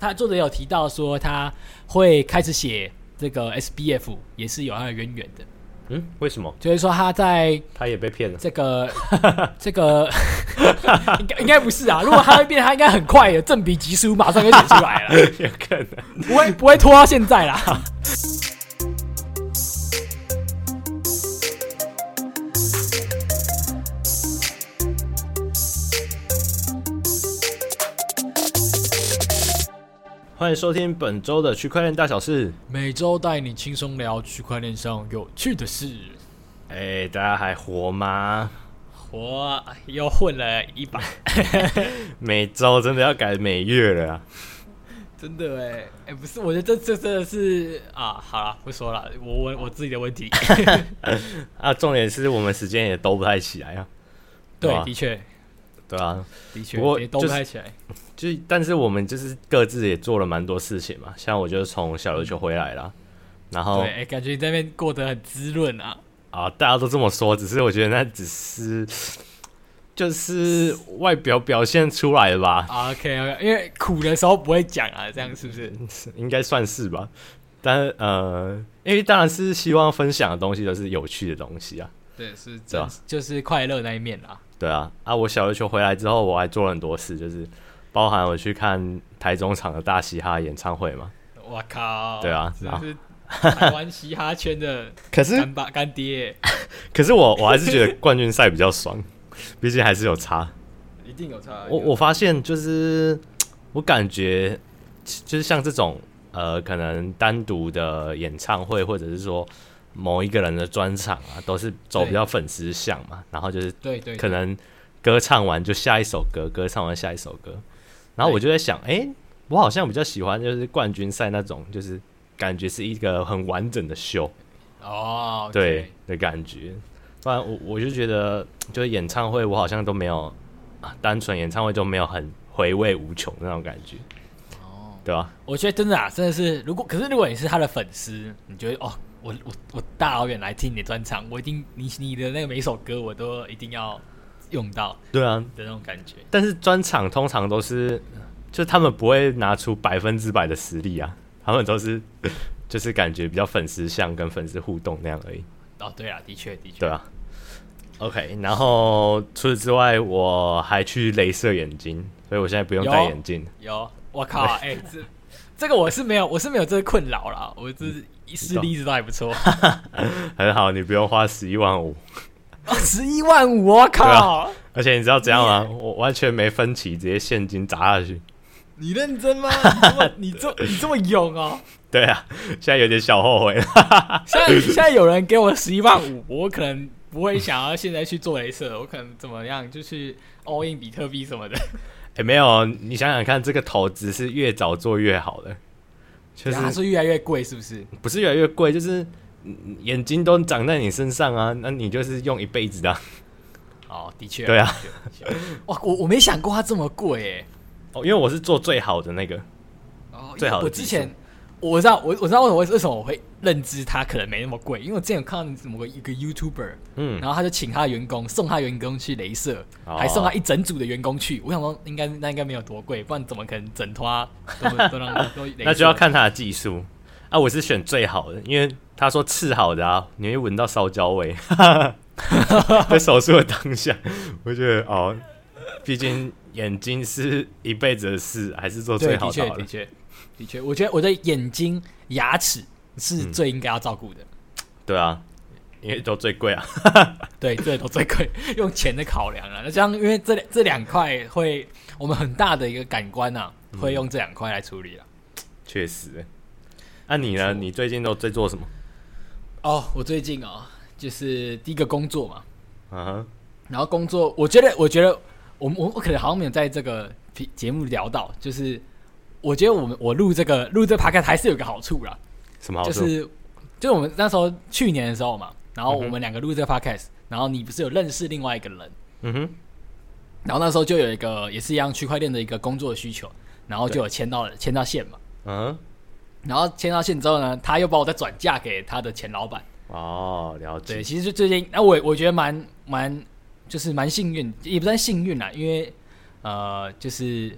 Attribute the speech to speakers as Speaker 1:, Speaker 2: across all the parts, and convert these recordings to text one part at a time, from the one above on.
Speaker 1: 他作者有提到说他会开始写这个 SBF，也是有他的渊源的，
Speaker 2: 嗯，为什么
Speaker 1: 就是说他在
Speaker 2: 他也被骗了？
Speaker 1: 这个这个 应该应该不是啊，如果他会变，他应该很快的正比级数马上就写出来 了，
Speaker 2: 有可能。
Speaker 1: 不会不会拖到现在啦。
Speaker 2: 欢迎收听本周的区块链大小事。
Speaker 1: 每周带你轻松聊区块链上有趣的事，
Speaker 2: 哎、大家还活吗？
Speaker 1: 我又混了一把，
Speaker 2: 每周真的要改每月了啊！
Speaker 1: 真的哎、哎、不是，我觉得这这真的是啊，好了，不说了，我我我自己的问题，
Speaker 2: 啊，重点是我们时间也兜不太起来啊。对
Speaker 1: 对，
Speaker 2: 啊
Speaker 1: 的确。
Speaker 2: 对啊，
Speaker 1: 的确
Speaker 2: 不过
Speaker 1: 也都
Speaker 2: 就
Speaker 1: 不
Speaker 2: 是
Speaker 1: 太起来。
Speaker 2: 就但是我们就是各自也做了蛮多事情嘛。像我就从小琉球回来啦，然后
Speaker 1: 对，哎、感觉你在那边过得很滋润啊。
Speaker 2: 啊，大家都这么说，只是我觉得那只是就是外表表现出来的吧，
Speaker 1: 啊 OK OK，因为苦的时候不会讲啊，这样是不是？
Speaker 2: 应该算是 吧。但呃，因为当然是希望分享的东西都是有趣的东西啊，
Speaker 1: 对，是
Speaker 2: 对
Speaker 1: 这
Speaker 2: 啊
Speaker 1: 就是快乐那一面啦。
Speaker 2: 对啊。啊，我小琉球回来之后，我还做了很多事，就是包含我去看台中场的大嘻哈演唱会嘛。
Speaker 1: 我靠！
Speaker 2: 对啊
Speaker 1: 是
Speaker 2: 嗯
Speaker 1: 不是台湾嘻哈圈的
Speaker 2: 可是
Speaker 1: 干爸干爹？
Speaker 2: 可是我我还是觉 得冠军赛比较爽，毕竟还是有差。
Speaker 1: 一定有差
Speaker 2: 我我发现就是我感觉就是像这种呃，可能单独的演唱会，或者是说某一个人的专场啊，都是走比较粉丝向嘛，然后就是
Speaker 1: 对对，
Speaker 2: 可能歌唱完就下一首歌，歌唱完下一首歌，然后我就在想，诶，我好像比较喜欢就是冠军赛那种，就是感觉是一个很完整的秀。
Speaker 1: 哦，OK
Speaker 2: 对，的感觉。不然我我就觉得，就是演唱会我好像都没有，啊单纯演唱会就没有很回味无穷那种感觉，
Speaker 1: 哦，
Speaker 2: 对吧、
Speaker 1: 我觉得真的啊，真的是，如果可是如果你是他的粉丝，你觉得哦，我我我大老远来听你的专场，我一定你你的那个每一首歌我都一定要用到
Speaker 2: 对啊，
Speaker 1: 的那种感觉。
Speaker 2: 但是专场通常都是，就是他们不会拿出百分之百的实力啊，他们都是就是感觉比较粉丝向跟粉丝互动那样而已，
Speaker 1: 哦，对啊，的确的确，
Speaker 2: 对啊。OK，然后除此之外，我还去镭射眼睛，所以我现在不用戴
Speaker 1: 有
Speaker 2: 眼镜。
Speaker 1: 有，我靠，哎、这这个我是没有，我是没有这个困扰啦，我这
Speaker 2: 嗯
Speaker 1: 一视力一直都还不错，
Speaker 2: 很好，你不用花十一万五。
Speaker 1: 十一万五，我靠，
Speaker 2: 而且你知道怎样吗？我完全没分歧，直接现金砸下去。
Speaker 1: 你认真吗？你这么你这你这么勇哦、
Speaker 2: 对啊，现在有点小后悔了。
Speaker 1: 现在现在有人给我十一万五，我可能不会想要现在去做镭射，我可能怎么样就去 all in 比特币什么的，
Speaker 2: 哎、没有，你想想看，这个投资是越早做越好的，就
Speaker 1: 然后它
Speaker 2: 是
Speaker 1: 是越来越贵，是不是？
Speaker 2: 不是越来越贵，就是嗯眼睛都长在你身上啊，那你就是用一辈子的啊、
Speaker 1: 哦，的确，
Speaker 2: 对啊
Speaker 1: 的确，的确哇，我我没想过它这么贵哎、
Speaker 2: 哦，因为我是做最好的那个，
Speaker 1: 哦，因
Speaker 2: 最
Speaker 1: 为
Speaker 2: 好的
Speaker 1: 我
Speaker 2: 技
Speaker 1: 之
Speaker 2: 术
Speaker 1: 前我知道，我我知道为什么为什么我会认知它可能没那么贵，因为我之前有看到某个一个 YouTuber，
Speaker 2: 嗯，
Speaker 1: 然后他就请他的员工送他的员工去镭射，
Speaker 2: 哦
Speaker 1: 还送他一整组的员工去。我想说应该那应该没有多贵，不然怎么可能整团都都让都镭射
Speaker 2: 那就要看他的技术啊。我是选最好的，因为他说刺好的啊，你会闻到烧焦 味。在手术的当下，我觉得哦，毕竟眼睛是一辈子的事，还是做
Speaker 1: 对，
Speaker 2: 最
Speaker 1: 的
Speaker 2: 好
Speaker 1: 确
Speaker 2: 的好
Speaker 1: 的
Speaker 2: 了。
Speaker 1: 确的确，我觉得我的眼睛牙齿是
Speaker 2: 嗯
Speaker 1: 最应该要照顾的。
Speaker 2: 对啊，因为都最贵啊。
Speaker 1: 对，这都最贵， 用钱的考量啊了。那这样，因为这两这两块会，我们很大的一个感官呐、
Speaker 2: 嗯
Speaker 1: 会用这两块来处理啊了。
Speaker 2: 确实。那、你呢？你最近都在做什么？
Speaker 1: 哦，我最近哦，就是第一个工作嘛，
Speaker 2: 嗯哼，
Speaker 1: 然后工作，我觉得，我觉得我们我我可能好像没有在这个节节目聊到，就是我觉得我们我录这个录这 p o d 还是有个好处啦，
Speaker 2: 什么好
Speaker 1: 就
Speaker 2: 处？
Speaker 1: 是就是我们那时候去年的时候嘛，然后我们两个录这个 podcast，、然后你不是有认识另外一个人，
Speaker 2: 嗯哼，
Speaker 1: 然后那时候就有一个也是一样区块链的一个工作需求，然后就有签到了签到线嘛，
Speaker 2: 嗯哼，
Speaker 1: 然后签到线之后呢，他又把我再转嫁给他的前老板，
Speaker 2: 哦，了
Speaker 1: 对，
Speaker 2: 解。
Speaker 1: 其实就最近，那、我我觉得蛮蛮就是蛮幸运，也不算幸运啦，因为呃，就是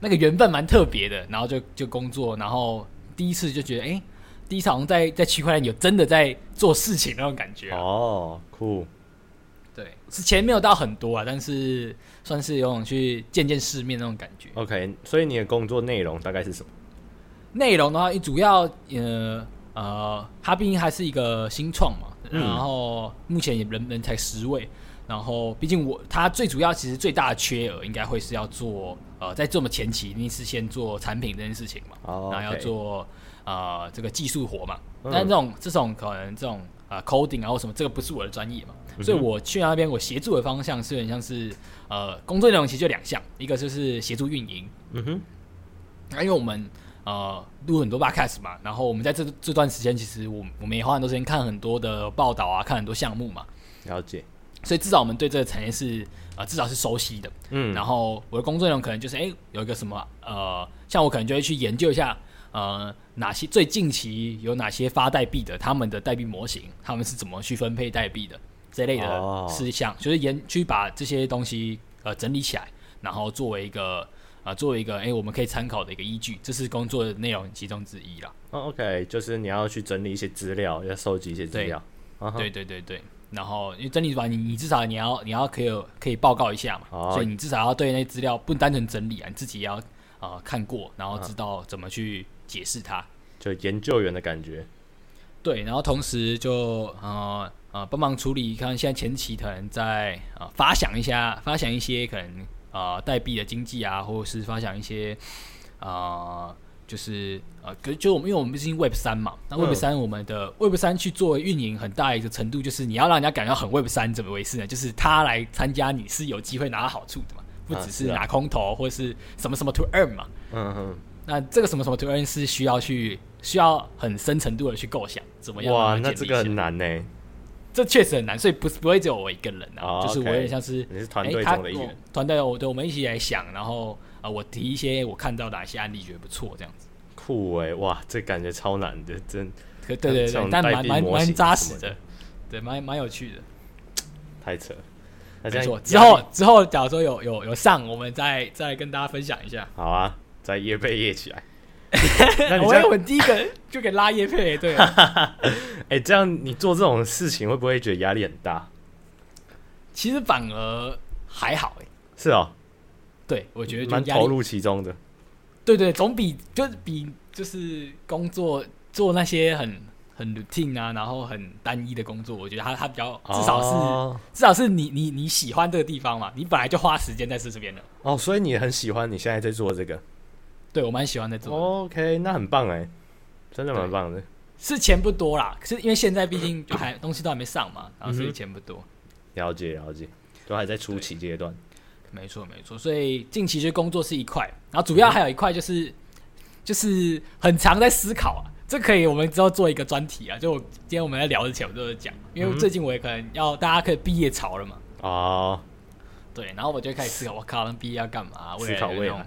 Speaker 1: 那个缘分蛮特别的，然后就就工作，然后第一次就觉得，哎、第一次好像在在区块链有真的在做事情那种感觉、啊。
Speaker 2: 哦，酷，
Speaker 1: 对，是钱没有到很多啊，但是算是有种去见见世面那种感觉。
Speaker 2: OK，所以你的工作内容大概是什么？
Speaker 1: 内容的话，主要呃呃，它毕竟还是一个新创嘛，
Speaker 2: 嗯
Speaker 1: 然后目前也人人才十位，然后毕竟我它最主要其实最大的缺呃额应该会是要做呃，在这么前期一定是先做产品这件事情嘛，
Speaker 2: 哦
Speaker 1: 然后要
Speaker 2: OK
Speaker 1: 做呃这个技术活嘛，
Speaker 2: 嗯
Speaker 1: 但这种这种可能这种呃 coding 啊或什么，这个不是我的专业嘛，
Speaker 2: 嗯哼
Speaker 1: 所以我去那边我协助的方向是很像是呃工作内容其实就两项，一个就是协助运营，
Speaker 2: 嗯哼，
Speaker 1: 那因为我们呃录很多 podcast 嘛，然后我们在这这段时间，其实我我们也花很多时间看很多的报道啊，看很多项目嘛，
Speaker 2: 了解。
Speaker 1: 所以至少我们对这个产业是呃至少是熟悉的。
Speaker 2: 嗯，
Speaker 1: 然后我的工作内容可能就是哎、诶有一个什么呃，像我可能就会去研究一下呃哪些最近期有哪些发代币的，他们的代币模型，他们是怎么去分配代币的这类
Speaker 2: 哦
Speaker 1: 的事项，就是研去把这些东西呃整理起来，然后作为一个啊、呃作为一个哎、诶我们可以参考的一个依据，这是工作的内容其中之一啦。
Speaker 2: 哦，OK，就是你要去整理一些资料，要收集一些资
Speaker 1: 对
Speaker 2: 料。啊哈
Speaker 1: 对对对对。然后，因为整理完，你你至少你要你要可以有可以报告一下嘛，
Speaker 2: 哦
Speaker 1: 所以你至少要对那些资料不单纯整理啊，你自己也要啊、呃看过，然后知道怎么去解释它。
Speaker 2: 就研究员的感觉。
Speaker 1: 对，然后同时就呃呃帮忙处理，看现在前期可能在呃发想一下，发想一些可能呃代币的经济啊，或者是发想一些呃就是呃，可就我们因为我们毕竟 Web 三嘛，那
Speaker 2: 嗯
Speaker 1: Web 三我们的 Web 三去做运营很大一个程度，就是你要让人家感觉到很 Web 三怎么回事呢？就是他来参加你是有机会拿到好处的嘛，不
Speaker 2: 啊
Speaker 1: 只
Speaker 2: 是
Speaker 1: 是
Speaker 2: 啊
Speaker 1: 拿空投或是什么什么 to earn 嘛。
Speaker 2: 嗯哼，
Speaker 1: 那这个什么什么 to earn 是需要去需要很深程度的去构想怎么样
Speaker 2: 哇，
Speaker 1: 让它
Speaker 2: 那
Speaker 1: 建
Speaker 2: 这
Speaker 1: 立起来
Speaker 2: 个很难呢。
Speaker 1: 这确实很难，所以不是不会只有我一个人啊，
Speaker 2: 哦
Speaker 1: 就是我
Speaker 2: OK
Speaker 1: 有点像是
Speaker 2: 你是团
Speaker 1: 哎
Speaker 2: 队
Speaker 1: 他
Speaker 2: 中的一员，
Speaker 1: 我团队我对我们一起来想，然后啊、呃我提一些我看到哪些案例觉得不错这样子，
Speaker 2: 酷哎，哇，这感觉超难的，真
Speaker 1: 可对对对
Speaker 2: 这种，
Speaker 1: 但
Speaker 2: 代
Speaker 1: 蛮
Speaker 2: 币
Speaker 1: 蛮
Speaker 2: 模型
Speaker 1: 蛮扎实
Speaker 2: 什么
Speaker 1: 的，对，蛮蛮有趣的，
Speaker 2: 太扯。那这
Speaker 1: 没错。
Speaker 2: 样压力
Speaker 1: 之后之后，假如说有有有上，我们再再跟大家分享一下。
Speaker 2: 好啊，再夜被夜 起来。那你
Speaker 1: 我
Speaker 2: 这样
Speaker 1: 我第一个就给拉叶配，对啊，
Speaker 2: 哎、这样你做这种事情会不会觉得压力很大？
Speaker 1: 其实反而还好哎、
Speaker 2: 是哦，
Speaker 1: 对我觉得就
Speaker 2: 蛮
Speaker 1: 压力
Speaker 2: 投入其中的。
Speaker 1: 对对，总比就是比就是工作做那些很很 routine 啊，然后很单一的工作，我觉得它它比较至少是、
Speaker 2: 哦
Speaker 1: 至少是你你你喜欢这个地方嘛，你本来就花时间在这这边的。
Speaker 2: 哦，所以你很喜欢你现在在做这个。
Speaker 1: 对我蛮喜欢在做的，
Speaker 2: 哦 OK，那很棒哎，真的蛮
Speaker 1: 对
Speaker 2: 棒的。
Speaker 1: 是钱不多啦，可是因为现在毕竟就还东西都还没上嘛，然后所
Speaker 2: 嗯
Speaker 1: 以
Speaker 2: 哼
Speaker 1: 钱不多。
Speaker 2: 了解了解，都还在初
Speaker 1: 对
Speaker 2: 期阶段。
Speaker 1: 没错没错，所以近期就工作是一块，然后主要还有一块就是就是很常在思考啊，这可以我们之后做一个专题啊，就我今天我们在聊之前我都有讲，因为
Speaker 2: 嗯
Speaker 1: 最近我也可能要大家可以毕业潮了嘛，
Speaker 2: 哦，
Speaker 1: 对，然后我就开始 思考，我靠，那毕业要干嘛？啊未来
Speaker 2: 思考
Speaker 1: 有
Speaker 2: 未
Speaker 1: 那种
Speaker 2: 来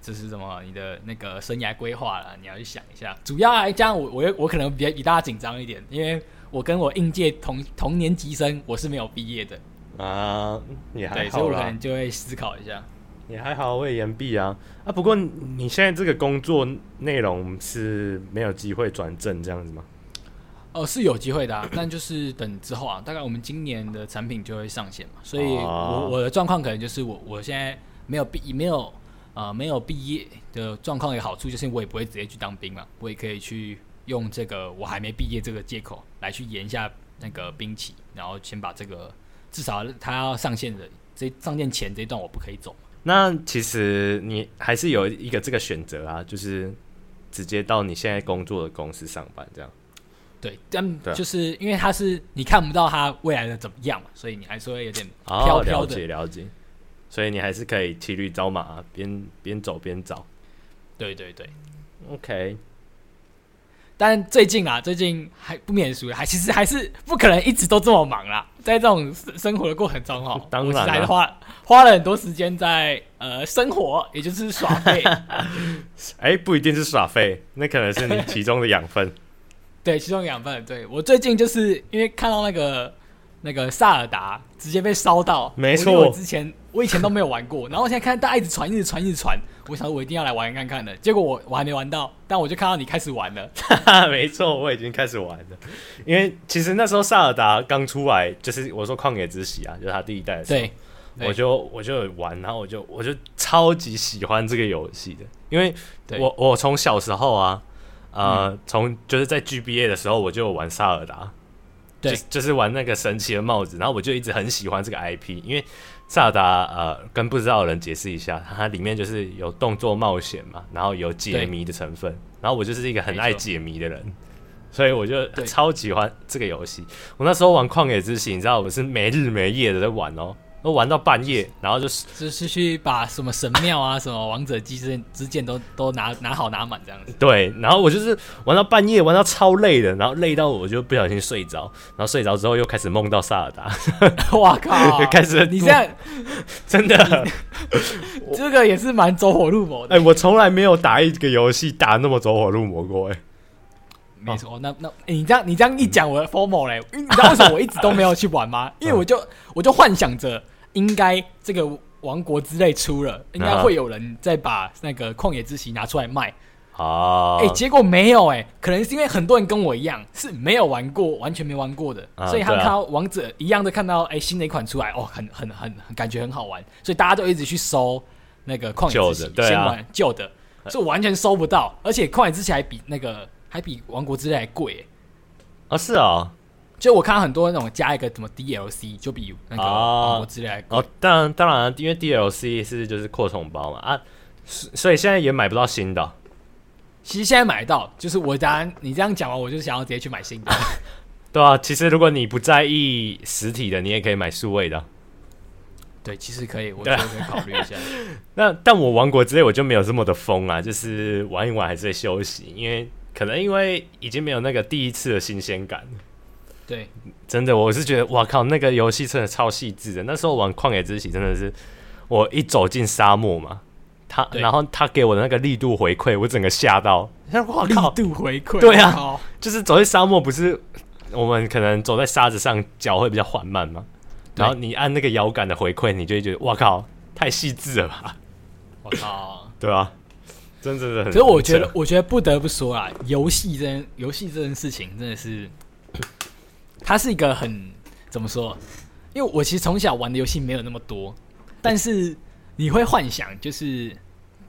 Speaker 1: 就是什么你的那个生涯规划啦，你要去想一下。主要来讲，我我也我可能比较比大家紧张一点，因为我跟我应届同同年级生我是没有毕业的，
Speaker 2: 啊，也还
Speaker 1: 对，所以
Speaker 2: 好
Speaker 1: 我可
Speaker 2: 啦
Speaker 1: 能，就会思考一下。
Speaker 2: 也还好，我也延毕啊啊。不过你现在这个工作内容是没有机会转正这样子吗？
Speaker 1: 哦，是有机会的、啊，但就是等之后啊，大概我们今年的产品就会上线嘛，所以我、
Speaker 2: 哦
Speaker 1: 我的状况可能就是我我现在没有毕没有呃没有毕业的状况有好处，就是我也不会直接去当兵嘛，我也可以去用这个我还没毕业这个借口来去延一下那个兵期，然后先把这个至少他要上线的这上线前这一段我不可以走嘛，
Speaker 2: 那其实你还是有一个这个选择啊，就是直接到你现在工作的公司上班这样。
Speaker 1: 对，但
Speaker 2: 对啊
Speaker 1: 就是因为他是你看不到他未来的怎么样嘛，所以你还是会有点
Speaker 2: 哦
Speaker 1: 飘飘
Speaker 2: 了
Speaker 1: 的，
Speaker 2: 解了解。所以你还是可以骑驴找马、啊边边走边找。
Speaker 1: 对对对。
Speaker 2: OK，
Speaker 1: 但最近啊，最近还不免俗，还其实还是不可能一直都这么忙啦。在这种生生活的过程中哦，
Speaker 2: 当
Speaker 1: 我其
Speaker 2: 然啊
Speaker 1: 实还是
Speaker 2: 啦
Speaker 1: 花花了很多时间在呃生活，也就是耍 废。
Speaker 2: 哎、不一定是耍废，那可能是你其中的养分。
Speaker 1: 对，其中养分。对我最近就是因为看到那个那个萨尔达直接被烧到，
Speaker 2: 没错
Speaker 1: 我觉得我之前我以前都没有玩过，然后现在看大家一直传，一直传，一直传，我想说我一定要来玩看看的。结果我我还没玩到，但我就看到你开始玩 了。
Speaker 2: 没错，我已经开始玩了。因为其实那时候萨尔达刚出来，就是我说旷野之息啊，就是它第一代的时候，
Speaker 1: 对，对
Speaker 2: 我就我就有玩，然后我就我就超级喜欢这个游戏的，因为
Speaker 1: 对嗯
Speaker 2: 我我从小时候啊，呃，从、就是在 GBA 的时候我就有玩萨尔达，
Speaker 1: 对
Speaker 2: 就是，就是玩那个神奇的帽子，然后我就一直很喜欢这个 IP，因为萨尔达呃，跟不知道的人解释一下，它里面就是有动作冒险嘛，然后有解谜的成分，然后我就是一个很
Speaker 1: 没错
Speaker 2: 爱解谜的人，所以我就
Speaker 1: 对
Speaker 2: 超喜欢这个游戏。我那时候玩旷野之息，你知道我是没日没夜的在玩哦，都玩到半夜，然后就是
Speaker 1: 就是去把什么神庙啊、什么王者之剑之剑都都拿拿好拿满这样子。
Speaker 2: 对，然后我就是玩到半夜，玩到超累的，然后累到我就不小心睡着，然后睡着之后又开始梦到萨尔达，！
Speaker 1: 哇靠
Speaker 2: 开始
Speaker 1: 哦你这样，
Speaker 2: 真的。
Speaker 1: 这个也是蛮走火入魔的。
Speaker 2: 哎、我从来没有打一个游戏打那么走火入魔过、哎，
Speaker 1: 没错，那那、哎你这样你这样一讲，我的 formal 嘞，你知道为什么我一直都没有去玩吗？
Speaker 2: 嗯
Speaker 1: 因为我就我就幻想着，应该这个王国之泪出了，应
Speaker 2: 嗯
Speaker 1: 该会有人再把那个旷野之息拿出来卖。
Speaker 2: 哦，
Speaker 1: 哎、结果没有哎、可能是因为很多人跟我一样是没有玩过，完全没玩过的，
Speaker 2: 啊
Speaker 1: 所以他们
Speaker 2: 对啊
Speaker 1: 看到王者一样的看到哎、新的一款出来哦，很很很很感觉很好玩，所以大家都一直去收那个旷野之
Speaker 2: 旧
Speaker 1: 息，
Speaker 2: 的对啊
Speaker 1: 先玩旧的，所以我完全收不到，而且旷野之息还比那个还比王国之泪还贵、欸。
Speaker 2: 哦是哦，
Speaker 1: 就我看到很多那种加一个什么 DLC，就比那个
Speaker 2: 哦
Speaker 1: 王国之泪还贵。
Speaker 2: 哦，当然当然，因为 DLC 是就是扩充包嘛啊，所所以现在也买不到新的哦、
Speaker 1: 其实现在买到，就是我当然你这样讲完，我就想要直接去买新的。
Speaker 2: 对啊，其实如果你不在意实体的，你也可以买数位的。
Speaker 1: 对，其实可以，
Speaker 2: 啊
Speaker 1: 我觉得可以考虑一下。
Speaker 2: 那但我王国之类我就没有这么的疯啊，就是玩一玩还是会休息，因为可能因为已经没有那个第一次的新鲜感。
Speaker 1: 对，
Speaker 2: 真的，我是觉得，哇靠，那个游戏真的超细致的。那时候玩《旷野之息》真的是，我一走进沙漠嘛，他
Speaker 1: 对
Speaker 2: 然后他给我的那个力度回馈，我整个吓到。 哇
Speaker 1: 力
Speaker 2: 靠，
Speaker 1: 度回馈，
Speaker 2: 对啊
Speaker 1: 靠
Speaker 2: 就是走进沙漠，不是我们可能走在沙子上，脚会比较缓慢嘛。
Speaker 1: 对
Speaker 2: 然后你按那个摇杆的回馈，你就会觉得，哇靠，太细致了吧？
Speaker 1: 我靠！
Speaker 2: 对啊，真的是
Speaker 1: 可
Speaker 2: 很。
Speaker 1: 是我觉
Speaker 2: 很
Speaker 1: 得
Speaker 2: 扯，，
Speaker 1: 我觉得不得不说啦，游戏这件游戏这件事情真的是， 它是一个很怎么说？因为我其实从小玩的游戏没有那么多，但是你会幻想，就是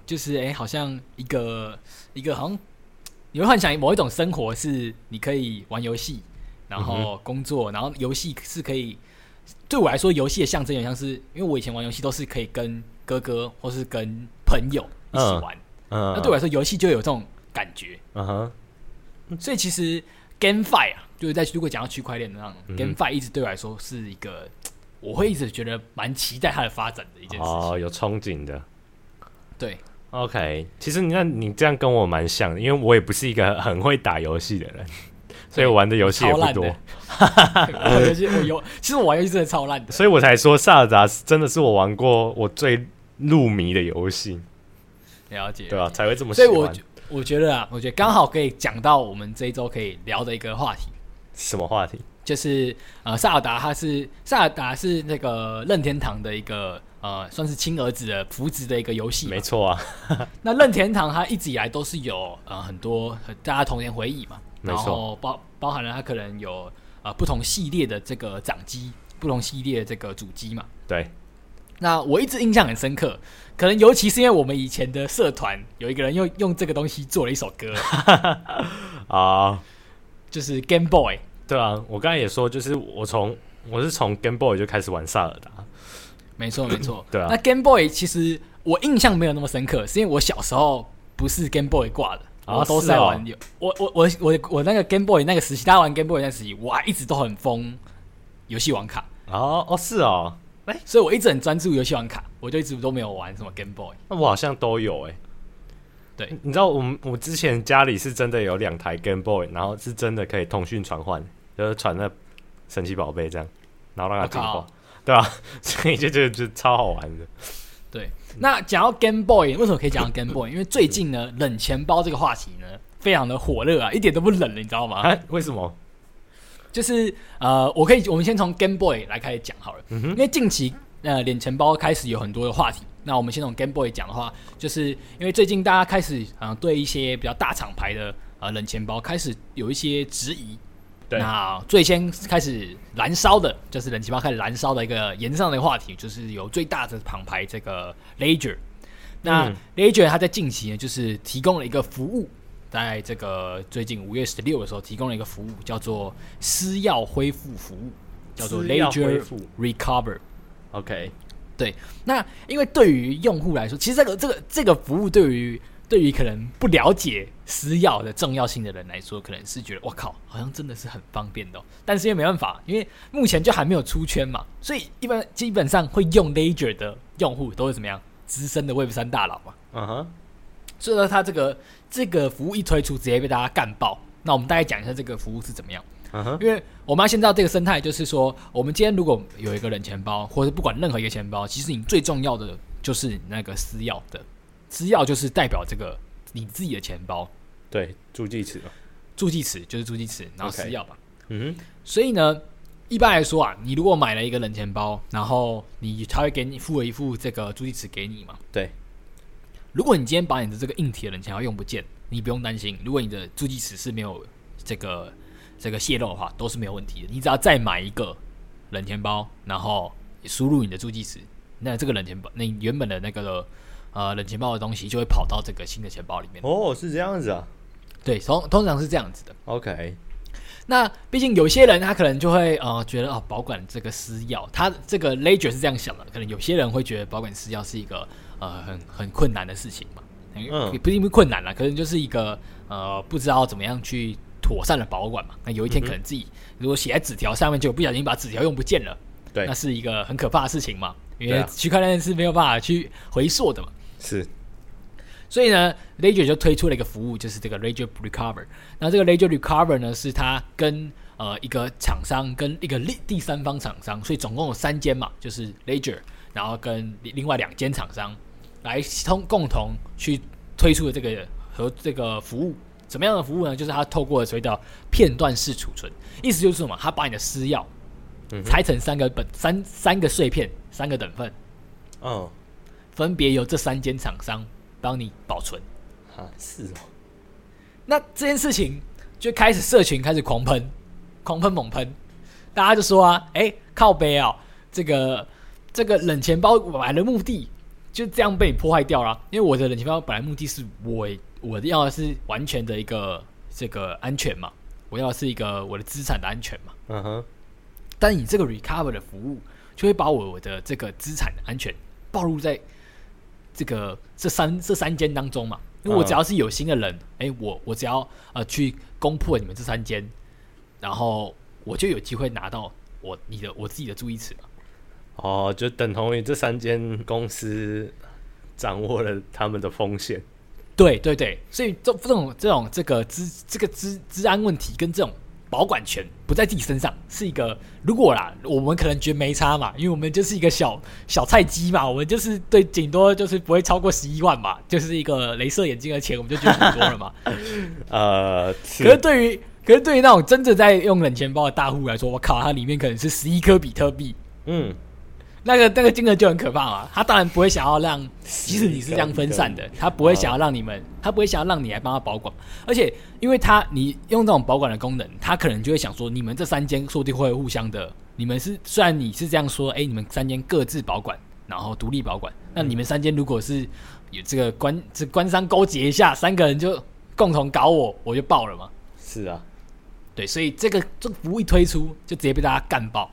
Speaker 1: 就是哎、诶好像一个一个好像你会幻想某一种生活是你可以玩游戏，然
Speaker 2: 嗯
Speaker 1: 后工作，然后游戏是可以对我来说，游戏的象征有点像是，因为我以前玩游戏都是可以跟哥哥或是跟朋友一起
Speaker 2: 嗯
Speaker 1: 玩。
Speaker 2: 嗯，
Speaker 1: 那啊对我来说，游戏就有这种感觉。
Speaker 2: 嗯哼，
Speaker 1: 所以其实 GameFi 啊，就是在如果讲到区块链上、
Speaker 2: 嗯
Speaker 1: GameFi 一直对我来说是一个，我会一直觉得蛮期待它的发展的一件事情。
Speaker 2: 哦，有憧憬
Speaker 1: 嗯
Speaker 2: 的。
Speaker 1: 对，
Speaker 2: OK，其实你那你这样跟我蛮像的，因为我也不是一个很会打游戏的 人，所以我玩的游戏
Speaker 1: 哎
Speaker 2: 也
Speaker 1: 超
Speaker 2: 不
Speaker 1: 烂
Speaker 2: 多
Speaker 1: 的，。 我游戏我游，其实我玩游戏真的超烂的。
Speaker 2: 所以我才说萨尔达是真的是我玩过我最入迷的游戏，
Speaker 1: 了解，
Speaker 2: 对吧、才会这么喜
Speaker 1: 所以
Speaker 2: 欢。
Speaker 1: 我觉我觉得啊，我觉得刚好可以讲到我们这一周可以聊的一个话题，
Speaker 2: 什么话题？
Speaker 1: 就是呃，萨尔达他是萨尔达是那个任天堂的一个呃，算是亲儿子的扶植的一个游戏嘛，
Speaker 2: 没错啊，
Speaker 1: 那任天堂它一直以来都是有呃很多很大家童年回忆嘛，
Speaker 2: 没
Speaker 1: 然
Speaker 2: 错
Speaker 1: 后包包含了它可能有呃不同系列的这个掌机，不同系列的这个主机嘛。
Speaker 2: 对，
Speaker 1: 那我一直印象很深刻，可能尤其是因为我们以前的社团有一个人用用这个东西做了一首歌，
Speaker 2: 啊、
Speaker 1: 就是 Game Boy。
Speaker 2: 对啊，我刚才也说，就是我从我是从 Game Boy 就开始玩萨尔达，
Speaker 1: 没 错，没错。
Speaker 2: 对啊
Speaker 1: 那 Game Boy 其实我印象没有那么深刻，是因为我小时候不是 Game Boy 挂的，
Speaker 2: 啊
Speaker 1: 我都
Speaker 2: 是
Speaker 1: 在
Speaker 2: 哦
Speaker 1: 玩游、我我我我我那个 Game Boy 那个时期，大家玩 Game Boy 那个时期，我还一直都很疯游戏王卡，
Speaker 2: 哦哦是哦，
Speaker 1: 所以我一直很专注游戏王卡，我就一直都没有玩什么 Game Boy。
Speaker 2: 那我好像都有哎、
Speaker 1: 对，
Speaker 2: 你知道我们我之前家里是真的有两台 Game Boy，然后是真的可以通讯传唤，就是传那神奇宝贝这样，然后让它进
Speaker 1: 我
Speaker 2: 化
Speaker 1: 靠，
Speaker 2: 对啊， 所以就就就超好玩的。
Speaker 1: 对，
Speaker 2: 嗯
Speaker 1: 那讲到 Game Boy，为什么可以讲到 Game Boy？因为最近呢，冷钱包这个话题呢，非常的火热啊，一点都不冷了，你知道吗？
Speaker 2: 啊？为什么？
Speaker 1: 就是呃，我可以，我们先从 Game Boy 来开始讲好了，因为近期那脸钱包开始有很多的话题。那我们先从 Game Boy 讲的话，就是因为最近大家开始啊、呃对一些比较大厂牌的呃冷钱包开始有一些质疑。
Speaker 2: 对
Speaker 1: 那最先开始燃烧的，就是冷钱包开始燃烧的一个延上的话题，就是有最大的厂牌这个 Ledger。那
Speaker 2: 嗯
Speaker 1: Ledger 它在近期呢，就是提供了一个服务，在这个最近五月十六的时候提供了一个服务，叫做私钥恢复服务，叫做
Speaker 2: 私钥恢
Speaker 1: Ledger
Speaker 2: 复
Speaker 1: Recover。
Speaker 2: OK，
Speaker 1: 对，那因为对于用户来说，其实这个这个这个服务对于对于可能不了解私钥的重要性的人来说，可能是觉得我靠，好像真的是很方便的哦、但是因为没办法，因为目前就还没有出圈嘛，所以一般基本上会用 Ledger 的用户都是怎么样资深的 Web 三大佬嘛，
Speaker 2: 嗯哼，
Speaker 1: 所以呢，它这个这个服务一推出，直接被大家干爆。那我们大概讲一下这个服务是怎么样。
Speaker 2: 嗯哼，
Speaker 1: 因为我们要先知道这个生态，就是说，我们今天如果有一个冷钱包，或者不管任何一个钱包，其实你最重要的就是你那个私钥的，私钥就是代表这个你自己的钱包，
Speaker 2: 对，助记词嘛，
Speaker 1: 助记词就是助记词，然后私钥吧。
Speaker 2: 嗯哼，
Speaker 1: 所以呢，一般来说啊，你如果买了一个冷钱包，然后你他会给你付了一副这个助记词给你嘛。
Speaker 2: 对，
Speaker 1: 如果你今天把你的这个硬体的冷钱包用不见，你不用担心，如果你的助记词是没有这个这个泄露的话，都是没有问题的。你只要再买一个冷钱包，然后输入你的助记词，那这个冷钱包，那你原本的那个呃冷钱包的东西就会跑到这个新的钱包里面。
Speaker 2: 哦，是这样子啊
Speaker 1: 对，通通常是这样子的。
Speaker 2: ，OK，
Speaker 1: 那毕竟有些人他可能就会呃觉得哦保管这个私钥，他这个 ledger 是这样想的，可能有些人会觉得保管私钥是一个呃很很困难的事情嘛，
Speaker 2: 嗯
Speaker 1: 也不是因为困难啊啦，可能就是一个呃不知道怎么样去妥善的保管嘛。那有一天可能自己如果写在纸条上面，就不小心把纸条用不见了，
Speaker 2: 对
Speaker 1: 那，是一个很可怕的事情嘛，因
Speaker 2: 对
Speaker 1: 为
Speaker 2: 啊
Speaker 1: 区块链是没有办法去回溯的嘛。
Speaker 2: 是，
Speaker 1: 所以呢，Ledger 就推出了一个服务，就是这个 Ledger Recover。那这个 Ledger Recover 呢，是它跟呃一个厂商跟一个第第三方厂商，所以总共有三间嘛，就是 Ledger，然后跟另另外两间厂商来通共同去推出的这个和这个服务。怎么样的服务呢？就是它透过了所谓的片段式储存，意思就是什么？它把你的私钥
Speaker 2: 嗯哼
Speaker 1: 拆成三个本三三个碎片，三个等份，
Speaker 2: 哦，
Speaker 1: 分别由这三间厂商帮你保存。
Speaker 2: 哈，是哦，
Speaker 1: 那这件事情就开始社群开始狂喷，狂喷猛喷，大家就说啊，哎、靠背啊、这个这个冷钱包买的目的就这样被你破坏掉了。因为我的冷钱包本来目的是我我要的是完全的一个这个安全嘛，我要的是一个我的资产的安全嘛。
Speaker 2: 嗯哼，
Speaker 1: 但你这个 recover 的服务就会把我的这个资产安全暴露在这个这三这三间当中嘛。因为我
Speaker 2: 嗯
Speaker 1: 只要是有心的人，哎、我我只要呃去攻破你们这三间，然后我就有机会拿到我你的我自己的注意词嘛。
Speaker 2: 哦，就等同于这三间公司掌握了他们的风险，
Speaker 1: 对对对，所以这这种这种这个治这个治治安问题跟这种保管权不在自己身上，是一个如果啦，我们可能觉得没差嘛，因为我们就是一个小小菜鸡嘛，我们就是对顶多就是不会超过十一万嘛，就是一个镭射眼镜的钱，我们就觉得很多了嘛。
Speaker 2: 呃，
Speaker 1: 可是对于可是对于那种真正在用冷钱包的大户来说，我靠，它里面可能是十一颗比特币，
Speaker 2: 嗯，
Speaker 1: 那个那个金额就很可怕嘛。他当然不会想要让，即使你是这样分散的，他不会想要让你们，他不会想要让你来帮他保管。而且，因为他你用这种保管的功能，他可能就会想说，你们这三间说不定会互相的。你们是虽然你是这样说，哎、你们三间各自保管，然后独立保管。那你们三间如果是有这个官这官商勾结一下，三个人就共同搞我，我就爆了嘛。
Speaker 2: 是啊，
Speaker 1: 对，所以这个这个服务一推出，就直接被大家干爆。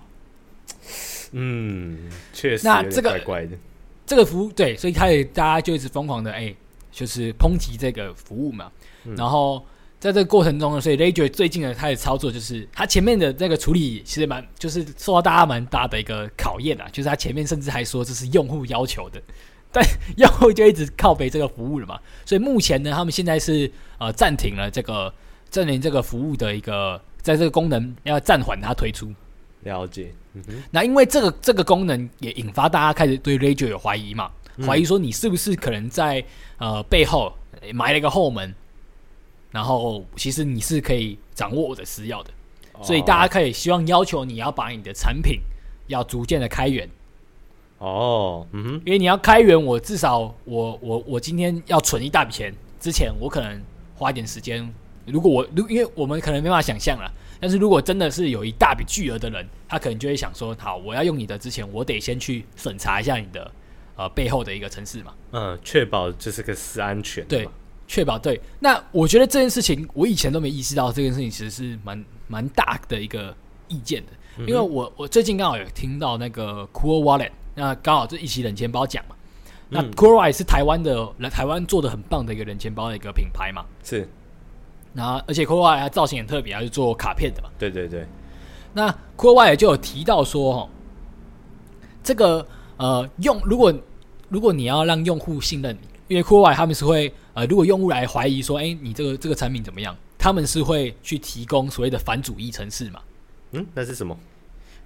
Speaker 2: 嗯，确实
Speaker 1: 那
Speaker 2: 有点
Speaker 1: 这个
Speaker 2: 怪怪的，
Speaker 1: 这个服务对，所以他也大家就一直疯狂的哎、就是抨击这个服务嘛。然后在这个过程中呢，所以 Ledger 最近呢，他的操作就是他前面的那个处理其实蛮，就是受到大家蛮大的一个考验啊，就是他前面甚至还说这是用户要求的， 但用户就一直靠背这个服务了嘛。所以目前呢，他们现在是呃暂停了这个暂停这个服务的一个，在这个功能要暂缓它推出。
Speaker 2: 了解，嗯哼，
Speaker 1: 那因为这个这个功能也引发大家开始对 Ledger 有怀疑嘛，怀疑说你是不是可能在呃背后呃埋了一个后门，然后其实你是可以掌握我的私钥的，所以大
Speaker 2: 家
Speaker 1: 家可以希望要求你要把你的产品要逐渐的开源，
Speaker 2: 哦，嗯哼，
Speaker 1: 因为你要开源，我至少我我我今天要存一大笔钱，之前我可能花一点时间。如果我如因为我们可能没办法想象了，但是如果真的是有一大笔巨额的人，他可能就会想说，好，我要用你的之前，我得先去审查一下你的呃背后的一个城市嘛，
Speaker 2: 嗯，确保这是个是安全的
Speaker 1: 对
Speaker 2: 嘛，，
Speaker 1: 确保对。那我觉得这件事情，我以前都没意识到，这件事情其实是蛮蛮大的一个意见的，因为我我最近刚好有听到那个 Cool Wallet，那刚好就一起冷钱包讲嘛。那
Speaker 2: 嗯
Speaker 1: Cool Wallet 是台湾的，台湾做的很棒的一个冷钱包的一个品牌嘛。
Speaker 2: 是，
Speaker 1: 然后，而且 Cool Wallet 它造型很特别，它是做卡片的嘛。
Speaker 2: 对对对，
Speaker 1: 那 Cool Wallet 就有提到说，哦，这个呃用如果如果你要让用户信任你，因为 Cool Wallet 他们是会呃，如果用户来怀疑说，哎，你这个这个产品怎么样，他们是会去提供所谓的反主义城市嘛。
Speaker 2: 嗯，那是什么？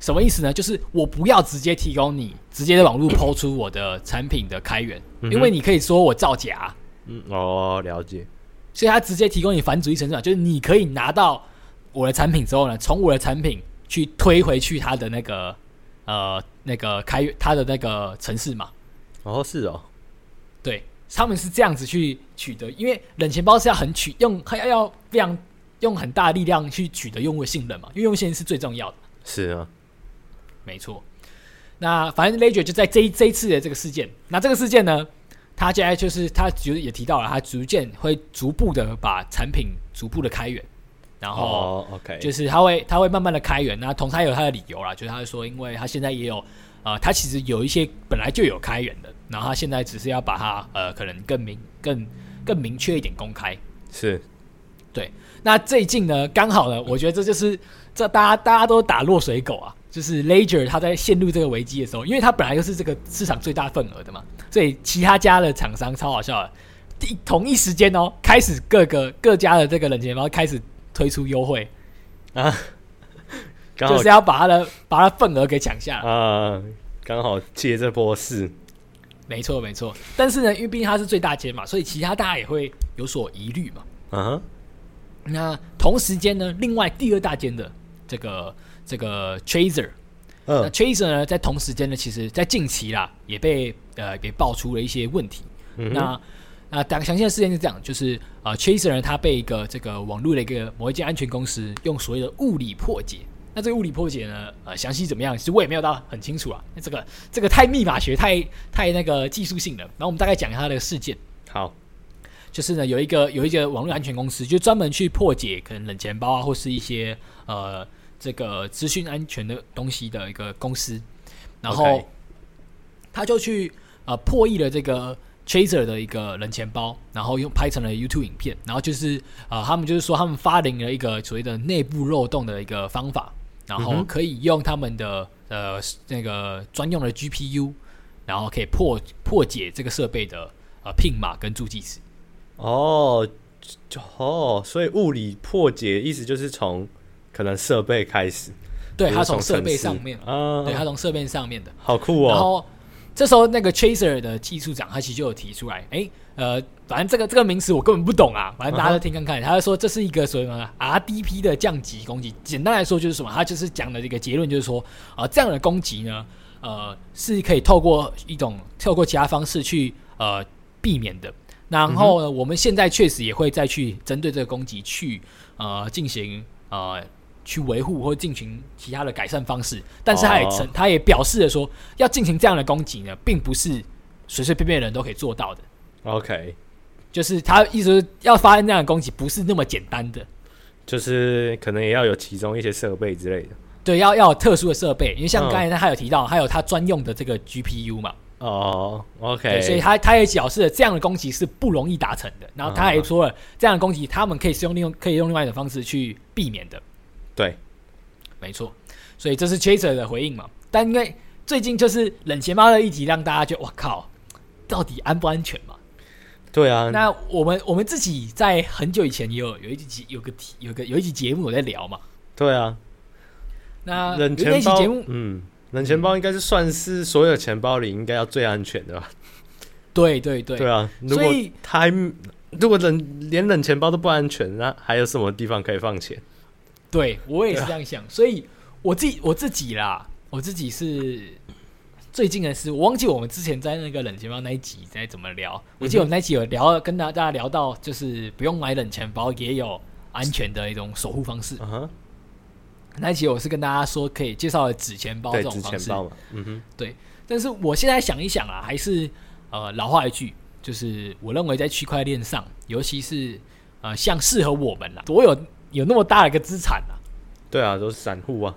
Speaker 1: 什么意思呢？就是我不要直接提供你直接在网络抛出我的产品的开源，
Speaker 2: 嗯哼
Speaker 1: 因为你可以说我造假啊，
Speaker 2: 嗯，哦，了解，
Speaker 1: 所以他直接提供你反主义城市嘛，就是你可以拿到我的产品之后呢，从我的产品去推回去它的那个呃那个开源它的那个城市嘛，
Speaker 2: 哦，是哦，
Speaker 1: 对他们是这样子去取得，因为冷钱包是要很取用要要非常用很大的力量去取得用户的信任嘛，因为用户信任是最重要的。
Speaker 2: 是啊，
Speaker 1: 没错。那反正 Ledger 就在这一这一次的这个事件，那这个事件呢，他现在就是他就是也提到了，他逐渐会逐步的把产品逐步的开源，然后
Speaker 2: 哦，OK，
Speaker 1: 就是他会他会慢慢的开源。那同时他有他的理由啦，就是他说，因为他现在也有呃，他其实有一些本来就有开源的，然后他现在只是要把它呃可能更明更更明确一点公开。
Speaker 2: 是，
Speaker 1: 对，那最近呢，刚好呢，我觉得这就是这大家大家都打落水狗啊，就是 Ledger 它在陷入这个危机的时候，因为它本来就是这个市场最大份额的嘛，所以其他家的厂商超好笑的，第同一时间哦，开始各个各家的这个冷钱包开始推出优惠，
Speaker 2: 啊，刚好
Speaker 1: 就是要把它的把它份额给抢下来。
Speaker 2: 啊，刚好借这波势，
Speaker 1: 没错没错，但是呢，因为毕竟它是最大间嘛，所以其他大家也会有所疑虑嘛。
Speaker 2: 嗯哼，
Speaker 1: 那同时间呢，另外第二大间的这个这个 Tracer。那
Speaker 2: 嗯，
Speaker 1: Chaser 呢，在同时间呢，其实在近期啦，也被呃也爆出了一些问题。
Speaker 2: 嗯哼
Speaker 1: 那那当详细的事件是这样，就是呃 Chaser 呢，他被一个这个网络的一个某一间安全公司用所谓的物理破解。那这个物理破解呢，呃，详细怎么样，其实我也没有到很清楚啊。那这个这个太密码学，太太那个技术性了。然后我们大概讲一下它的事件。
Speaker 2: 好，
Speaker 1: 就是呢，有一个有一个网络安全公司，就专门去破解可能冷钱包啊，或是一些呃这个资讯安全的东西的一个公司，然后
Speaker 2: OK
Speaker 1: 他就去呃破译了这个 Chaser 的一个冷钱包，然后用拍成了 YouTube 影片，然后就是呃他们就是说他们发明了一个所谓的内部漏洞的一个方法，然
Speaker 2: 嗯
Speaker 1: 后
Speaker 2: 哼
Speaker 1: 可以用他们的呃那个专用的 GPU，然后可以破破解这个设备的呃 PIN 码跟助记词。
Speaker 2: 哦，就哦，所以物理破解意思就是从可能设备开始，
Speaker 1: 对，
Speaker 2: 比如
Speaker 1: 它
Speaker 2: 从
Speaker 1: 从设
Speaker 2: 城
Speaker 1: 备
Speaker 2: 市
Speaker 1: 上面，
Speaker 2: 啊，
Speaker 1: 对，它从设备上面的。
Speaker 2: 好酷
Speaker 1: 然
Speaker 2: 哦，
Speaker 1: 后这时候那个 Chaser 的技术长他其实就有提出来，哎，呃，反正这个这个名词我根本不懂啊，反正大家都听看看。他就说这是一个所谓什么啊 RDP 的降级攻击，简单来说就是什么，他就是讲的这个结论就是说，啊，这样的攻击呢，呃，是可以透过一种透过其他方式去呃避免的。然后呢，我们现在确实也会再去针对这个攻击去呃进行呃去维护或进行其他的改善方式，但是他也承、
Speaker 2: 哦
Speaker 1: 他也表示了说，要进行这样的攻击呢，并不是随随便便的人都可以做到的。
Speaker 2: OK，
Speaker 1: 就是他意思是要发生这样的攻击，不是那么简单的。
Speaker 2: 就是可能也要有其中一些设备之类的，
Speaker 1: 对，要要有特殊的设备，因为像
Speaker 2: 嗯
Speaker 1: 刚才他有提到，他有他专用的这个 GPU 嘛，
Speaker 2: 哦，OK，
Speaker 1: 对，所以他他也表示了这样的攻击是不容易达成的。然后他还说了，这样的攻击他们可以是用利用可以用另外一种方式去避免的。
Speaker 2: 对，
Speaker 1: 没错，所以这是 Chaser 的回应嘛。但因为最近就是冷钱包的议题，让大家觉得哇靠，到底安不安全嘛？
Speaker 2: 对啊，
Speaker 1: 那我们我们自己在很久以前也有有一集有个题有个有一集节目有在聊嘛。
Speaker 2: 对啊，
Speaker 1: 那
Speaker 2: 冷
Speaker 1: 有那
Speaker 2: 钱
Speaker 1: 集
Speaker 2: 包
Speaker 1: 节目，
Speaker 2: 嗯，冷钱包应该是算是所有钱包里应该要最安全的吧？
Speaker 1: 对对对，
Speaker 2: 对啊，如果
Speaker 1: 所以
Speaker 2: 它还如果冷连冷钱包都不安全，那还有什么地方可以放钱？
Speaker 1: 对我也是这样想。所以我自己我自己啦，我自己是最近的啊是，我忘记我们之前在那个冷钱包那一集在怎么聊。我
Speaker 2: 嗯
Speaker 1: 记得我们那一集有聊，跟大家聊到，就是不用买冷钱包也有安全的一种守护方式。
Speaker 2: 嗯哼，
Speaker 1: 那一集我是跟大家说可以介绍了纸钱包这
Speaker 2: 对，
Speaker 1: 种
Speaker 2: 纸
Speaker 1: 方
Speaker 2: 钱
Speaker 1: 式，
Speaker 2: 包嘛，嗯哼，
Speaker 1: 但是我现在想一想啊，还是呃老话一句，就是我认为在区块链上，尤其是呃像适合我们啦，我有有那么大的一个资产啊，
Speaker 2: 对啊，都是散户啊，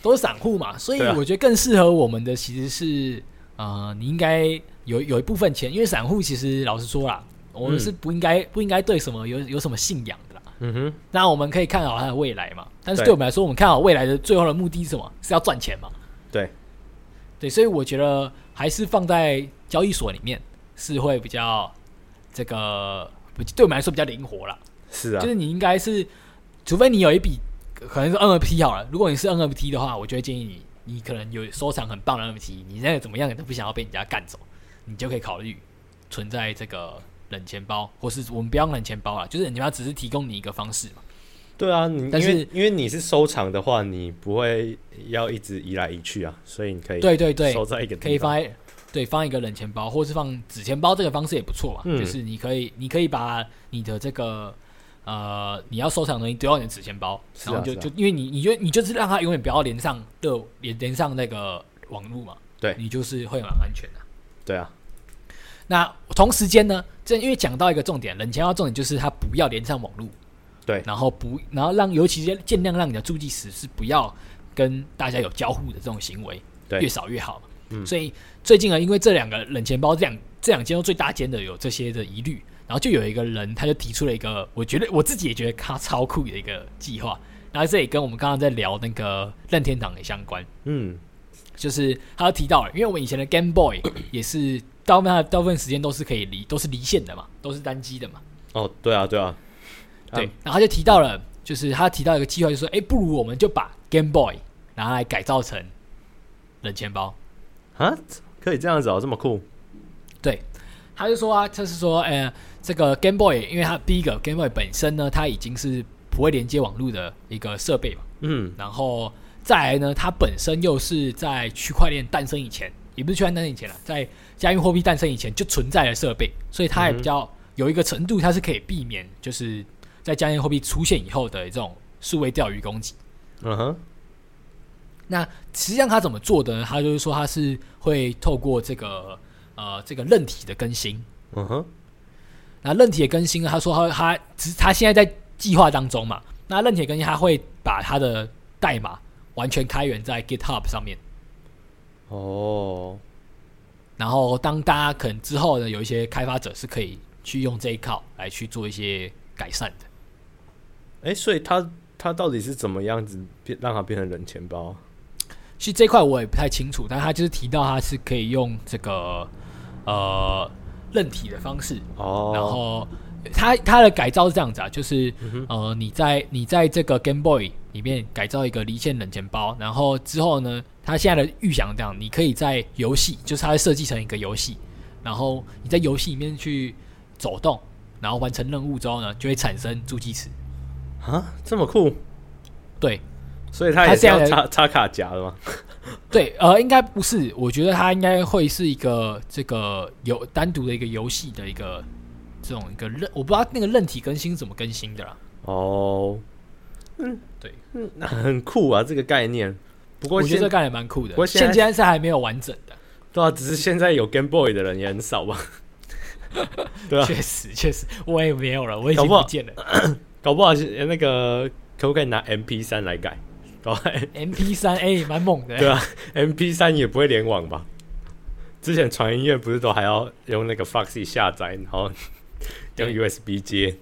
Speaker 1: 都是散户嘛，所以
Speaker 2: 对啊
Speaker 1: 我觉得更适合我们的其实是呃你应该有有一部分钱，因为散户其实老实说啦，我们
Speaker 2: 嗯
Speaker 1: 是不应该、不应该对什么有有什么信仰的啦。
Speaker 2: 嗯哼，
Speaker 1: 那我们可以看好它的未来嘛，但是
Speaker 2: 对
Speaker 1: 对我们来说，我们看好未来的最后的目的是什么？是要赚钱嘛？
Speaker 2: 对，
Speaker 1: 对，所以我觉得还是放在交易所里面是会比较这个，不对我们来说比较灵活啦。
Speaker 2: 是啊
Speaker 1: 就，是你应该是，除非你有一笔可能是 NFT 好了，如果你是 NFT 的话，我就会建议你，你可能有收藏很棒的 NFT，你那个怎么样都不想要被人家干走，你就可以考虑存在这个冷钱包，或是我们不要用冷钱包啦，就是冷钱包只是提供你一个方式嘛。
Speaker 2: 对啊，你
Speaker 1: 但
Speaker 2: 因
Speaker 1: 是
Speaker 2: 为因为你是收藏的话，你不会要一直移来移去啊，所以你可以
Speaker 1: 对对对，
Speaker 2: 收在一个地
Speaker 1: 可以
Speaker 2: 方
Speaker 1: 放在对放一个冷钱包，或是放纸钱包，这个方式也不错啊。
Speaker 2: 嗯
Speaker 1: 就是你可以你可以把你的这个呃你要收藏的东西丢到你的纸钱包，
Speaker 2: 是啊
Speaker 1: 然后就是
Speaker 2: 啊
Speaker 1: 就因为你你就你就是让它永远不要连上的连连上那个网络嘛，
Speaker 2: 对
Speaker 1: 你就是会蛮安全的。
Speaker 2: 对啊，
Speaker 1: 那同时间呢，这因为讲到一个重点，冷钱包重点就是它不要连上网络，
Speaker 2: 对
Speaker 1: 然后不然后让尤其是尽量让你的助记词是不要跟大家有交互的这种行为，
Speaker 2: 对
Speaker 1: 越少越好嘛。
Speaker 2: 嗯
Speaker 1: 所以最近呢，因为这两个冷钱包这两这两间都最大间的有这些的疑虑，然后就有一个人他就提出了一个，我觉得我自己也觉得他超酷的一个计划，然后这也跟我们刚刚在聊那个任天堂也相关。
Speaker 2: 嗯，
Speaker 1: 就是他提到了，因为我们以前的 Game Boy 也是大部分它大部分时间都是可以离都是离线的嘛，都是单机的嘛。
Speaker 2: 哦，对啊，对啊，
Speaker 1: 对
Speaker 2: 嗯，
Speaker 1: 然后他就提到了，就是他提到一个计划，就说，哎，不如我们就把 Game Boy 拿来改造成冷钱包。
Speaker 2: 啊，可以这样子哦，这么酷，
Speaker 1: 对，他就说啊，就是说，呃，这个 Game Boy，因为它第一个 Game Boy 本身呢，它已经是不会连接网络的一个设备嘛，
Speaker 2: 嗯，
Speaker 1: 然后再来呢，它本身又是在区块链诞生以前，也不是区块链诞生以前了，在加密货币诞生以前就存在的设备，所以它也比较有一个程度，它是可以避免就是在加密货币出现以后的这种数位钓鱼攻击。
Speaker 2: 嗯哼，
Speaker 1: 那实际上它怎么做的呢？它就是说它是会透过这个呃这个韧体的更新，
Speaker 2: 嗯哼，
Speaker 1: 那任铁更新呢，他说他他只他现在在计划当中嘛。那任铁更新他会把他的代码完全开源在 GitHub 上面，
Speaker 2: 哦，
Speaker 1: 然后当大家可能之后呢有一些开发者是可以去用这一套来去做一些改善的。
Speaker 2: 哎，所以他他到底是怎么样子变让它变成人钱包？
Speaker 1: 其实这一块我也不太清楚，但他就是提到他是可以用这个呃任体的方式
Speaker 2: 哦，
Speaker 1: 然后它它的改造是这样子啊，就是、呃，你在你在这个 Game Boy 里面改造一个离线冷钱包，然后之后呢，它现在的预想是这样，你可以在游戏，就是它会设计成一个游戏，然后你在游戏里面去走动，然后完成任务之后呢，就会产生助记词。
Speaker 2: 啊，这么酷，
Speaker 1: 对
Speaker 2: 所以他
Speaker 1: 它
Speaker 2: 也是要
Speaker 1: 现在
Speaker 2: 插插卡夹的吗？
Speaker 1: 对，呃，应该不是，我觉得它应该会是一个这个游单独的一个游戏的一个这种一个任，我不知道那个任体更新是怎么更新的啦。
Speaker 2: 哦，
Speaker 1: 对，
Speaker 2: 嗯，很酷啊，这个概念。不过
Speaker 1: 我觉
Speaker 2: 现
Speaker 1: 得这干也蛮酷的。
Speaker 2: 不过现
Speaker 1: 现
Speaker 2: 在
Speaker 1: 在是还没有完整的，
Speaker 2: 对啊，只是现在有 Game Boy 的人也很少吧？ 对啊，
Speaker 1: 确实 确实，我也没有了，我已
Speaker 2: 搞
Speaker 1: 经
Speaker 2: 不好
Speaker 1: 不见了。
Speaker 2: 搞不好是那个可不可以拿 MP 三来改？搞
Speaker 1: MP 三 A 蛮猛的、
Speaker 2: 对啊，MP 三也不会联网吧？之前传音乐不是都还要用那个 Foxy 下载，然后用
Speaker 1: 对
Speaker 2: USB 接？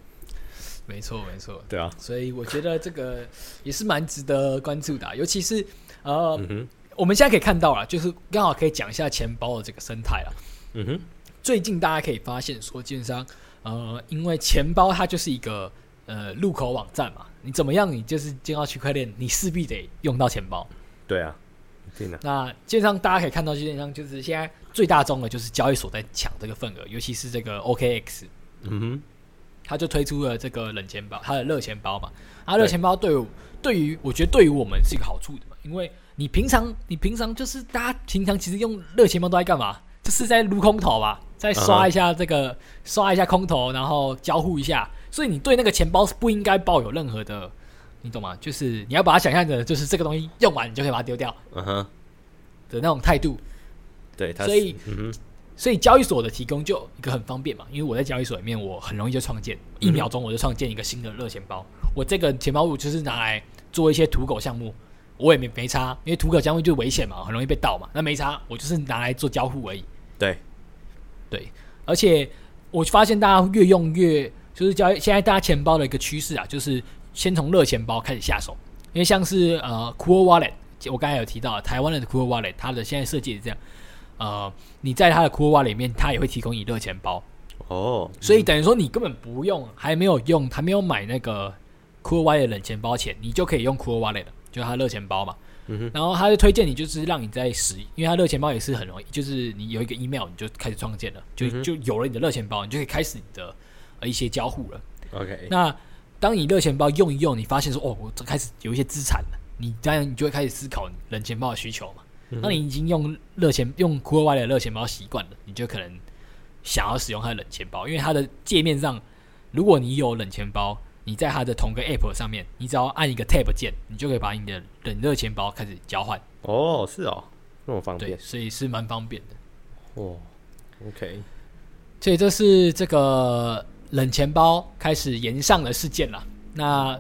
Speaker 1: 没错没错。
Speaker 2: 对啊，
Speaker 1: 所以我觉得这个也是蛮值得关注的啊、尤其是呃，
Speaker 2: 嗯哼，
Speaker 1: 我们现在可以看到了，啊就是刚好可以讲一下钱包的这个生态了。啊
Speaker 2: 嗯哼，
Speaker 1: 最近大家可以发现说，基本上呃，因为钱包它就是一个呃入口网站嘛，你怎么样，你就是进到区块链，你势必得用到钱包。
Speaker 2: 对啊，一定的，
Speaker 1: 那基本上大家可以看到，基本上就是现在最大宗的就是交易所在抢这个份额，尤其是这个 OKX，
Speaker 2: 嗯哼，
Speaker 1: 它就推出了这个冷钱包，它的热钱包嘛。它热钱包对我对于我觉得对于我们是一个好处的嘛，因为你平常你平常就是大家平常其实用热钱包都在干嘛？就是在撸空头吧，再
Speaker 2: 嗯
Speaker 1: 刷
Speaker 2: 哼
Speaker 1: 一下这个、刷一下空头，然后交互一下。所以你对那个钱包是不应该抱有任何的，你懂吗？就是你要把它想象的，就是这个东西用完你就可以把它丢掉
Speaker 2: 嗯哼，
Speaker 1: 的那种态度。
Speaker 2: 对，他
Speaker 1: 所以
Speaker 2: 嗯哼，
Speaker 1: 所以交易所的提供就一个很方便嘛，因为我在交易所里面，我很容易就创建，一秒钟我就创建一个新的热钱包。我这个钱包我就是拿来做一些土狗项目，我也没没差，因为土狗项目就危险嘛，很容易被盗嘛，那没差，我就是拿来做交互而已。
Speaker 2: 对，
Speaker 1: 对，而且我发现大家越用越就是交易，现在大家钱包的一个趋势啊，就是先从热钱包开始下手，因为像是呃 Cool Wallet，我刚才有提到台湾的 Cool Wallet，它的现在设计也是这样，呃，你在它的 Cool Wallet 里面，它也会提供你热钱包，
Speaker 2: 哦，
Speaker 1: 所以等于说你根本不用，还没有用，还没有买那个 Cool Wallet 冷钱包前，你就可以用 Cool Wallet 了，就是它热钱包嘛。
Speaker 2: 嗯哼
Speaker 1: 然后它就推荐你，就是让你在使，因为它热钱包也是很容易，就是你有一个 email 你就开始创建了，就、就有了你的热钱包，你就可以开始你的呃一些交互了。
Speaker 2: ，OK，
Speaker 1: 那当你热钱包用一用，你发现说哦，我这开始有一些资产了，你当然你就会开始思考你冷钱包的需求嘛。当你已经用热钱用 c o o l w a l 的热钱包习惯了，你就可能想要使用它的冷钱包，因为它的界面上，如果你有冷钱包，你在它的同个 App 上面，你只要按一个 Tab 键，你就可以把你的冷热钱包开始交换。
Speaker 2: 哦，是哦，那么方
Speaker 1: 对，
Speaker 2: 便，
Speaker 1: 所以是蛮方便的。
Speaker 2: 哦，OK，
Speaker 1: 所以这是这个冷钱包开始延上的事件啦。那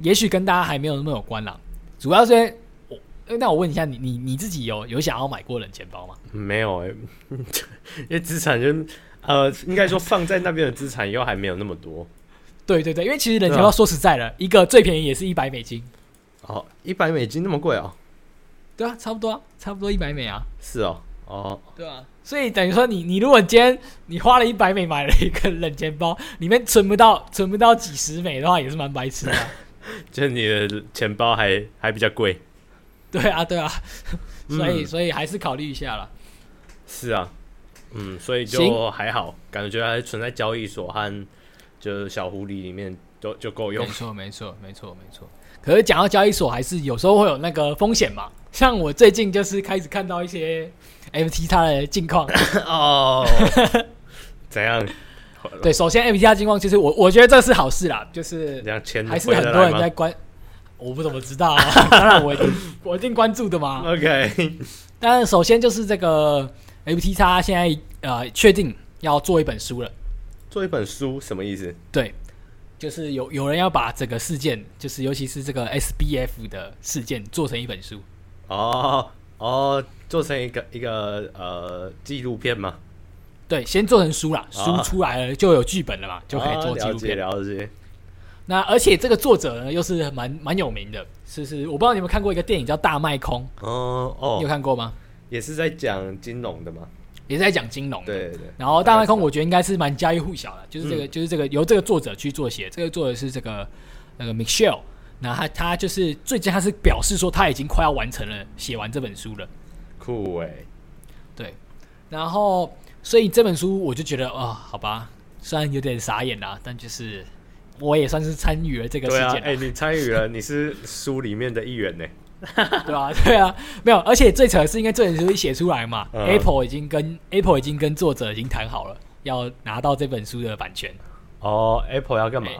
Speaker 1: 也许跟大家还没有那么有关啦，主要是因为我，呃那我问一下你，你你自己有有想要买过冷钱包吗？
Speaker 2: 没有 哎、因为资产就呃，应该说放在那边的资产又还没有那么多
Speaker 1: 对对对，因为其实冷钱
Speaker 2: 对
Speaker 1: 包
Speaker 2: 啊
Speaker 1: 说实在的，一个最便宜也是一百美金，
Speaker 2: 哦，一百美金那么贵哦，
Speaker 1: 对啊，差不多啊，差不多一百美啊，
Speaker 2: 是哦，哦，
Speaker 1: 对啊。所以等于说你，你如果今天你花了一百美买了一个冷钱包，里面存不到存不到几十美的话，也是蛮白 痴的啊、
Speaker 2: 就是你的钱包还还比较贵，
Speaker 1: 对啊，对啊，所以
Speaker 2: 嗯
Speaker 1: 所以还是考虑一下啦。
Speaker 2: 是啊，嗯，所以就
Speaker 1: 行
Speaker 2: 还好，感觉还存在交易所和就是小狐狸里面都就够用
Speaker 1: 没，错，没错，没错，没错。可是讲到交易所，还是有时候会有那个风险嘛。像我最近就是开始看到一些 FT 它的近 况。
Speaker 2: 哦， 怎样？
Speaker 1: 对，首先 FT 它的近况，其实我我觉得这是好事啦，就是
Speaker 2: 怎样钱
Speaker 1: 还是
Speaker 2: 回
Speaker 1: 很
Speaker 2: 得
Speaker 1: 多
Speaker 2: 来
Speaker 1: 人
Speaker 2: 吗
Speaker 1: 在关。我不怎么知道、啊， 当然我一定我一定关注的嘛。
Speaker 2: ？OK，
Speaker 1: 当然，首先就是这个 FT 它现在呃确定要做一本书了，
Speaker 2: 做一本书什么意思？
Speaker 1: 对，就是有有人要把整个事件，就是尤其是这个 SBF 的事件做成一本书。
Speaker 2: 哦哦，做成一个一个呃纪录片吗？
Speaker 1: 对，先做成书啦，书
Speaker 2: 啊
Speaker 1: 出来了就有剧本了嘛，就可以做纪
Speaker 2: 啊
Speaker 1: 录片。
Speaker 2: 了解了解。
Speaker 1: 那而且这个作者呢，又是蛮蛮有名的，是是，我不知道你有没有看过一个电影叫《大卖空》，
Speaker 2: 哦
Speaker 1: 你有
Speaker 2: 哦，
Speaker 1: 看过吗？
Speaker 2: 也是在讲金融的嘛？
Speaker 1: 也是在讲金融的。
Speaker 2: 对对嗯对。
Speaker 1: 然后大麦空，
Speaker 2: 我
Speaker 1: 我觉得应该是蛮家喻户晓的，就是这个，就是这个由这个作者去做写，这个作者是这个那个 Michelle，那他他就是最近他是表示说他已经快要完成了写完这本书了，
Speaker 2: 酷哎，
Speaker 1: 对，然后所以这本书我就觉得哦，好吧，虽然有点傻眼啦，但就是我也算是参与了这个事
Speaker 2: 对啊，
Speaker 1: 件啦，
Speaker 2: 哎，你参与了，你是书里面的一员呢。
Speaker 1: 对吧、 对啊，没有，而且最扯的是，因为这本书一写出来嘛、
Speaker 2: 嗯
Speaker 1: a p p l e 已经跟 Apple 已经跟作者已经谈好了，要拿到这本书的版权，
Speaker 2: 哦，Apple 要干
Speaker 1: 哎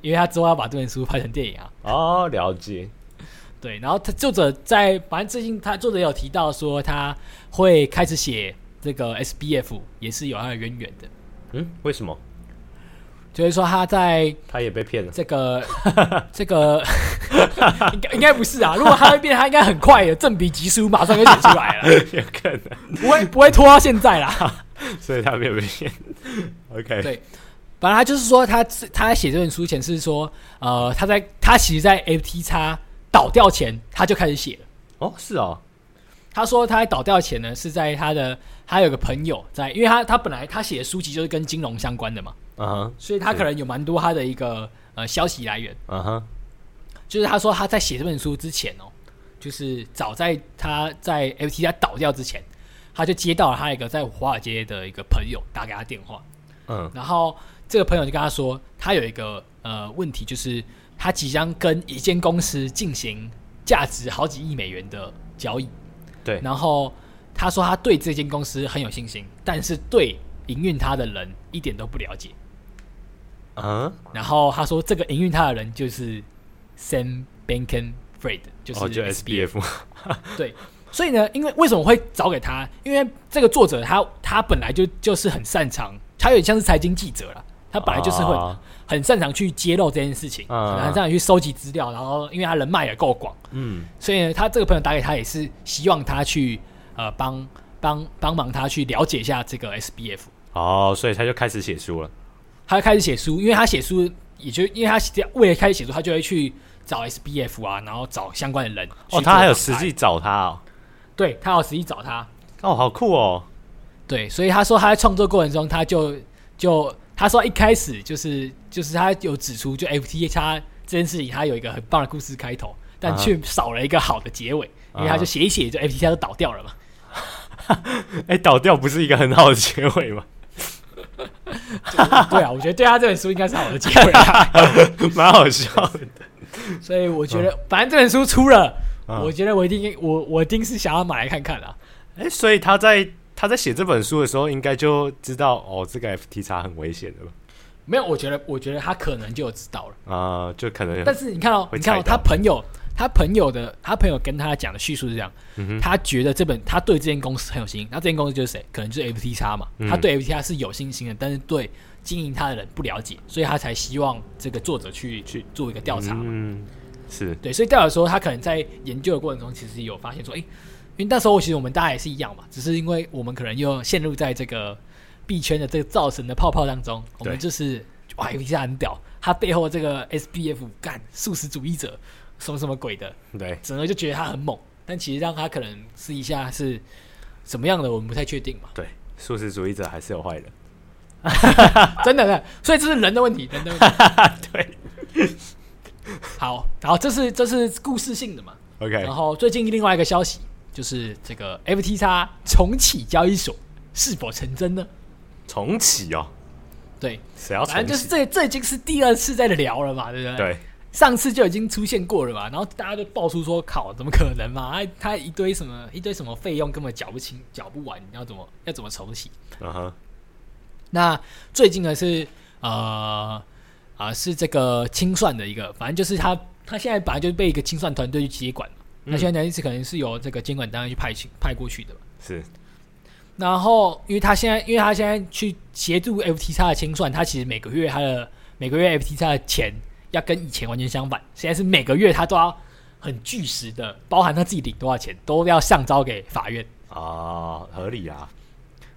Speaker 1: 因为他之后要把这本书拍成电影啊。
Speaker 2: 哦，了解。
Speaker 1: 对，然后他作者在，反正最近他作者有提到说他会开始写这个 SBF，也是有他的渊源的，
Speaker 2: 嗯，为什么
Speaker 1: 就是说他在
Speaker 2: 他也被骗了？
Speaker 1: 这个 这个 应该应该不是啊，如果他会变，他应该很快的正比级数马上就写出来 了，
Speaker 2: 有可能，
Speaker 1: 不会不会拖到现在啦。
Speaker 2: 所以他没有被骗。OK，
Speaker 1: 对，反正他就是说他他在写这本书前是说，呃，他在他其实，在 FT 叉倒掉前他就开始写了。
Speaker 2: 哦，是哦，
Speaker 1: 他说他在倒掉前呢，是在他的他有个朋友在，因为他他本来他写的书籍就是跟金融相关的嘛，
Speaker 2: 嗯哼，
Speaker 1: 所以他
Speaker 2: 是
Speaker 1: 可能有蛮多他的一个呃消息来源。
Speaker 2: 嗯哼，
Speaker 1: 就是他说他在写这本书之前哦，就是早在他在 FT 他倒掉之前，他就接到了他一个在华尔街的一个朋友打给他电话，
Speaker 2: 嗯，
Speaker 1: 然后这个朋友就跟他说，他有一个呃问题，就是他即将跟一间公司进行价值好几亿美元的交易。
Speaker 2: 对
Speaker 1: 然后他说他对这间公司很有信心，但是对营运他的人一点都不了解。
Speaker 2: 啊，
Speaker 1: 然后他说这个营运他的人就是 Sam Banken Fred，就是
Speaker 2: 哦，就
Speaker 1: SBF。
Speaker 2: SBF，
Speaker 1: 对，所以呢，因为为什么会找给他？因为这个作者他他本来就就是很擅长，他有点像是财经记者啦，他本来就是会
Speaker 2: 啊
Speaker 1: 很擅长去揭露这件事情，
Speaker 2: 嗯
Speaker 1: 很擅长去收集资料，然后因为他人脉也够广，
Speaker 2: 嗯，
Speaker 1: 所以呢，他这个朋友打给他也是希望他去呃帮帮帮忙他去了解一下这个 SBF。
Speaker 2: 哦，所以他就开始写书了。
Speaker 1: 他就开始写书，因为他写书，也就因为他写为了开始写书，他就会去找 SBF 啊，然后找相关的人去
Speaker 2: 哦，
Speaker 1: 做
Speaker 2: 他还有
Speaker 1: 访
Speaker 2: 实
Speaker 1: 谈
Speaker 2: 际找他哦，
Speaker 1: 对他有实际找他，
Speaker 2: 哦，好酷哦，
Speaker 1: 对，所以他说他在创作过程中，他就就他说一开始就是就是他有指出，就 FTA 他这件事情，他有一个很棒的故事开头，但
Speaker 2: 啊哈
Speaker 1: 却少了一个好的结尾，因为他就写一写就 FTA 就倒掉了 嘛。
Speaker 2: 哎，倒掉不是一个很好的结尾吗？
Speaker 1: 对啊，我觉得对他这本书应该是好的结尾 啊，
Speaker 2: 蛮好笑的。
Speaker 1: 所以我觉得反正这本书出了，
Speaker 2: 啊
Speaker 1: 我觉得我一定我我一定是想要买来看看啊。
Speaker 2: 哎，所以他在他在写这本书的时候，应该就知道哦，这个 FT 叉很危险的了
Speaker 1: 没有，我觉得，我觉得他可能就有知道了。
Speaker 2: 啊、就可能
Speaker 1: 但是你看哦，
Speaker 2: 会
Speaker 1: 你看哦，
Speaker 2: 猜
Speaker 1: 他
Speaker 2: 到
Speaker 1: 朋友，他朋友的，他朋友跟他讲的叙述是这样：
Speaker 2: 嗯哼
Speaker 1: 他觉得这本他对这间公司很有信心。那这间公司就是谁？可能就是 FT 叉嘛。
Speaker 2: 嗯
Speaker 1: 他对 FT 叉是有信心的，但是对经营他的人不了解，所以他才希望这个作者去去做一个调查嘛。
Speaker 2: 嗯，是
Speaker 1: 对，所以调查说他可能在研究的过程中，其实有发现说，诶，因为那时候其实我们大家也是一样嘛，只是因为我们可能又陷入在这个币圈的这个造成的泡泡当中，我们
Speaker 2: 对
Speaker 1: 就是哇，FTX 很屌，他背后这个 SBF 干素食主义者什么什么鬼的，
Speaker 2: 对，
Speaker 1: 整个就觉得他很猛，但其实让他可能试一下是什么样的，我们不太确定嘛，
Speaker 2: 对，素食主义者还是有坏人。
Speaker 1: 真的，真的所以这是人的问题，人的问题。
Speaker 2: 对
Speaker 1: 好，然后这是这是故事性的嘛，
Speaker 2: ，OK，
Speaker 1: 然后最近另外一个消息就是这个 FTX 重启交易所是否成真呢？
Speaker 2: 重启哦，
Speaker 1: 对，
Speaker 2: 谁要重启？
Speaker 1: 反正就是这这已经是第二次在聊了嘛，对不对？，
Speaker 2: 对，
Speaker 1: 上次就已经出现过了嘛，然后大家就爆出说，靠，怎么可能嘛？他他一堆什么一堆什么费用根本缴不清、缴不完，你要怎么要怎么重启？
Speaker 2: 嗯哼，
Speaker 1: 那最近呢是呃啊是这个清算的一个，反正就是他他现在本来就是被一个清算团队去接管嘛，那现在呢是可能是由这个监管单位去派去派过去的嘛。
Speaker 2: 是
Speaker 1: 然后，因为他现在，因为他现在去协助 FT 叉的清算，他其实每个月他的每个月 FT 叉的钱要跟以前完全相反，现在是每个月他都要很据实的，包含他自己领多少钱，都要上交给法院。
Speaker 2: 啊、合理啊，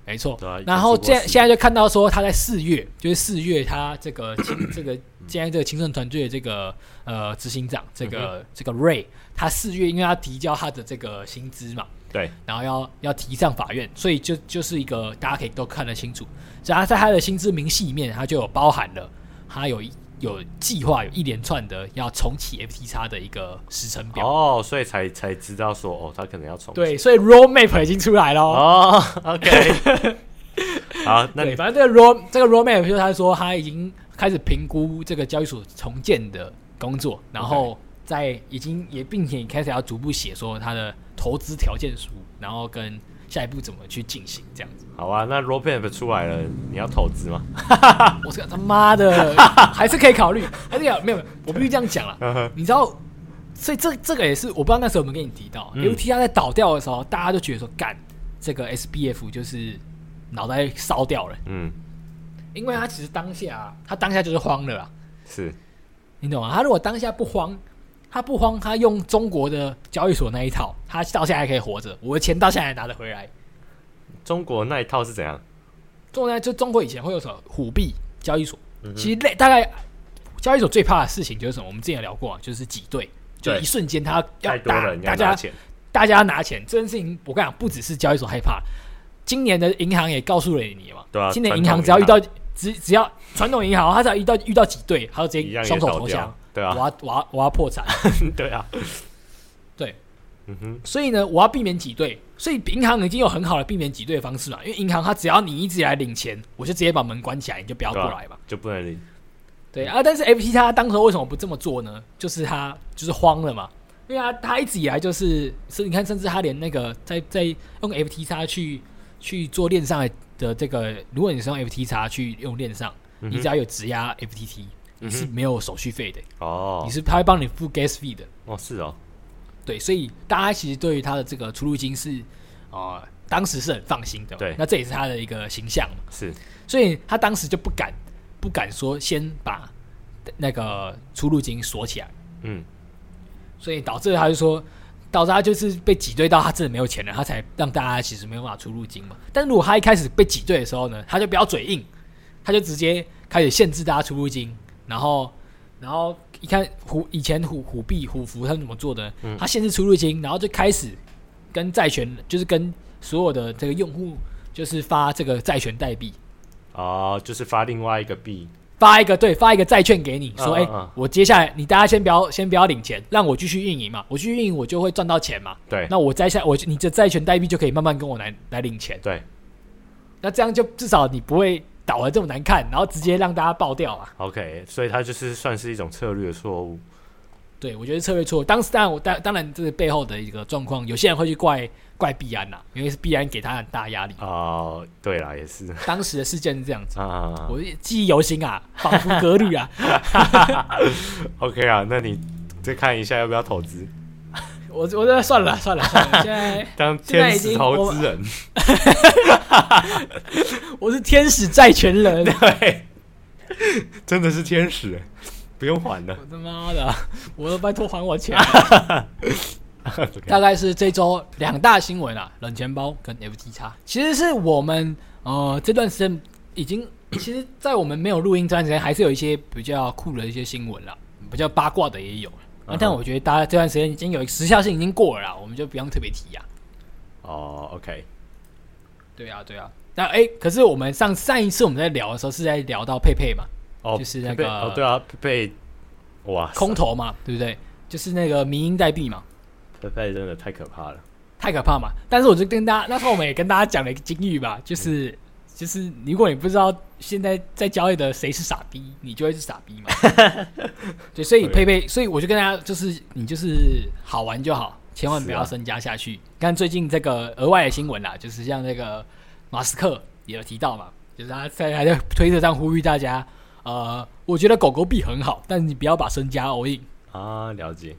Speaker 1: 没错
Speaker 2: 对啊，
Speaker 1: 然后
Speaker 2: 一直
Speaker 1: 现在
Speaker 2: 过四
Speaker 1: 现在就看到说他在四月，就是四月他这个清这个现在这个清算团队的这个呃执行长这
Speaker 2: 嗯
Speaker 1: 个、这个 Ray，他四月因为他提交他的这个薪资嘛，
Speaker 2: 对，
Speaker 1: 然后要要提上法院，所以就就是一个大家可以都看得清楚。然后在他的薪资明细里面，他就有包含了他有一有计划有一连串的要重启 FT 叉的一个时程表。
Speaker 2: 哦，所以才才知道说哦，他可能要重启。
Speaker 1: 对，所以 roadmap 已经出来了哦。
Speaker 2: 哦，OK，好，那
Speaker 1: 对，
Speaker 2: 你
Speaker 1: 反正这个 road 这个 roadmap 就是他说他已经开始评估这个交易所重建的工作，然后在已经也并且开始要逐步写说他的投资条件书，然后跟下一步怎么去进行这样子。
Speaker 2: 好啊，那 r o p a p 出来了，你要投资吗？
Speaker 1: 我操他妈的，还是可以考虑，还是有没有？我必须这样讲了，你知道，所以这这个也是我不知道那时候有没有跟你提到、
Speaker 2: 嗯
Speaker 1: u t r 在倒掉的时候，大家就觉得说干这个 SBF 就是脑袋烧掉了，
Speaker 2: 嗯，
Speaker 1: 因为他其实当下、啊、他当下就是慌了啦，
Speaker 2: 是
Speaker 1: 你懂吗？他如果当下不慌。他不慌，他用中国的交易所那一套，他到现在还可以活着，我的钱到现在还拿得回来。
Speaker 2: 中国那一套是怎样？
Speaker 1: 重在就中国以前会有什么虎币交易所，
Speaker 2: 嗯
Speaker 1: 其实类大概交易所最怕的事情就是什么？我们之前有聊过、啊，就是挤兑，就
Speaker 2: 对
Speaker 1: 一瞬间他要
Speaker 2: 太多
Speaker 1: 大
Speaker 2: 了，你要
Speaker 1: 大
Speaker 2: 拿
Speaker 1: 家
Speaker 2: 钱。
Speaker 1: 大家要拿钱这件事情，我跟你讲，不只是交易所害怕，今年的银行也告诉了你嘛，
Speaker 2: 对啊
Speaker 1: 今年
Speaker 2: 传
Speaker 1: 银行
Speaker 2: 统
Speaker 1: 只要
Speaker 2: 银
Speaker 1: 遇到只只要传统银行，它只要遇到遇到挤兑，它就直
Speaker 2: 一
Speaker 1: 接
Speaker 2: 样也
Speaker 1: 双手
Speaker 2: 倒
Speaker 1: 投
Speaker 2: 掉
Speaker 1: 降，
Speaker 2: 对啊
Speaker 1: 我要我要我要破产，
Speaker 2: 对啊，
Speaker 1: 对。
Speaker 2: 嗯哼，
Speaker 1: 所以呢，我要避免挤兑，所以银行已经有很好的避免挤兑的方式嘛。因为银行它只要你一直以来领钱，我就直接把门关起来，你就不要过
Speaker 2: 对啊
Speaker 1: 来嘛。
Speaker 2: 就不能领。
Speaker 1: 对啊，但是 FT 它当时为什么不这么做呢？就是它就是慌了嘛，因为他他一直以来就是，是你看，甚至他连那个在在用 FT 叉去去做链上的的这个，如果你是用 FT 叉去用链上，
Speaker 2: 嗯
Speaker 1: 你
Speaker 2: 哼
Speaker 1: 只要有质押 FTT，、你是
Speaker 2: 嗯
Speaker 1: 没有手续费的，
Speaker 2: 哼哦
Speaker 1: 你是他会帮你付 gas fee 的。
Speaker 2: 哦是哦，
Speaker 1: 对，所以大家其实对于他的这个出入金是，呃，当时是很放心的。
Speaker 2: 对
Speaker 1: 那这也是他的一个形象嘛，
Speaker 2: 是
Speaker 1: 所以他当时就不敢不敢说先把那个出入金锁起来，
Speaker 2: 嗯
Speaker 1: 所以导致他就说，导致他就是被挤兑到他真的没有钱了，他才让大家其实没有办法出入金嘛。但如果他一开始被挤兑的时候呢，他就不要嘴硬，他就直接开始限制大家出入金，然后然后一看虎以前虎虎币虎符他们怎么做的呢，他限制出入金，然后就开始跟债权就是跟所有的这个用户就是发这个债权代币。
Speaker 2: 哦，就是发另外一个币，
Speaker 1: 发一个对，发一个债券给你，说，
Speaker 2: 嗯
Speaker 1: 哎、
Speaker 2: 嗯嗯
Speaker 1: 我接下来你大家先不要先不要领钱，让我继续运营嘛，我继续运营我就会赚到钱嘛。
Speaker 2: 对
Speaker 1: 那我摘下我你的债权代币就可以慢慢跟我来来领钱，
Speaker 2: 对，
Speaker 1: 那这样就至少你不会倒的这么难看，然后直接让大家爆掉啊嘛。
Speaker 2: OK，所以它就是算是一种策略错误。
Speaker 1: 对，我觉得策略错。当时当然我当当然这是背后的一个状况，有些人会去怪怪币安呐、因为是币安给他很大压力。
Speaker 2: 哦、对啦，也是
Speaker 1: 当时的事件是这样 子，
Speaker 2: 啊。
Speaker 1: 我记忆犹新啊，仿佛隔日啊。
Speaker 2: OK 啊，那你再看一下要不要投资，
Speaker 1: 我我这算了算了算了，现在
Speaker 2: 当
Speaker 1: 现在
Speaker 2: 天
Speaker 1: 已经
Speaker 2: 使投资人。
Speaker 1: 我是天使债权人。
Speaker 2: 对，真的是天使，不用 还的。
Speaker 1: 我他妈的，我都拜托还我 钱！
Speaker 2: OK，
Speaker 1: 大概是这周两大新闻啊，冷钱包跟 FT 叉，其实是我们呃这段时间已经， 其实，在我们没有录音这段时间，还是有一些比较酷的一些新闻啦，比较八卦的也有。啊
Speaker 2: 嗯哼
Speaker 1: 但我觉得大家这段时间已经有一个时效性已经过了啦，我们就不用特别提啊。
Speaker 2: 哦，OK，
Speaker 1: 对啊，对啊。那哎、可是我们上上一次我们在聊的时候是在聊到佩佩嘛，
Speaker 2: 哦，
Speaker 1: 就是那
Speaker 2: 被
Speaker 1: 个
Speaker 2: 哦，对啊，被哇塞，
Speaker 1: 空投嘛，对不对？就是那个民营代币嘛。
Speaker 2: 被被真的太可怕了。
Speaker 1: 太可怕嘛！但是我就跟大家，那时候我们也跟大家讲了一个金语吧，就是、就是，如果你不知道现在在交易的谁是傻逼，你就会是傻逼嘛。对，所以
Speaker 2: 对
Speaker 1: 佩佩，所以我就跟大家就是，你就是好玩就好，千万不要
Speaker 2: 是啊
Speaker 1: 深加下去。看最近这个额外的新闻啦，就是像那个马斯克也有提到嘛，就是他在还在推特上呼吁大家，呃，我觉得狗狗币很好，但你不要把身家 all in。
Speaker 2: 啊，了解，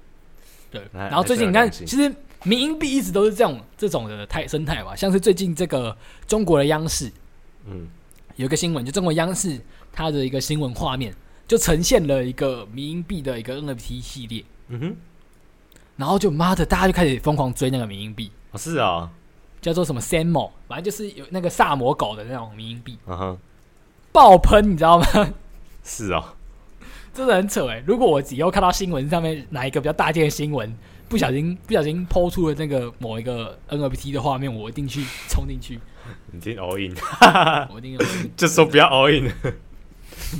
Speaker 1: 对，
Speaker 2: 还
Speaker 1: 然后最近你看，
Speaker 2: 还是有
Speaker 1: 其实民营币一直都是这种这种的态生态吧，像是最近这个中国的央视
Speaker 2: 嗯，
Speaker 1: 有一个新闻，就中国央视它的一个新闻画面，就呈现了一个民营币的一个 NFT 系列，
Speaker 2: 嗯哼，
Speaker 1: 然后就妈的，大家就开始疯狂追那个民营币，
Speaker 2: 哦，是啊，
Speaker 1: 叫做什么 Samo，反正就是有那个萨摩狗的那种民营币
Speaker 2: 嗯哼，
Speaker 1: 爆喷，你知道吗？
Speaker 2: 是啊，
Speaker 1: 真的很扯哎、如果我以后看到新闻上面哪一个比较大件的新闻，不小心不小心抛出了那个某一个 NFT 的画面，我一定去冲进去，
Speaker 2: 你今天 all in， 啊
Speaker 1: 我一定我一定
Speaker 2: 就说不要 all in，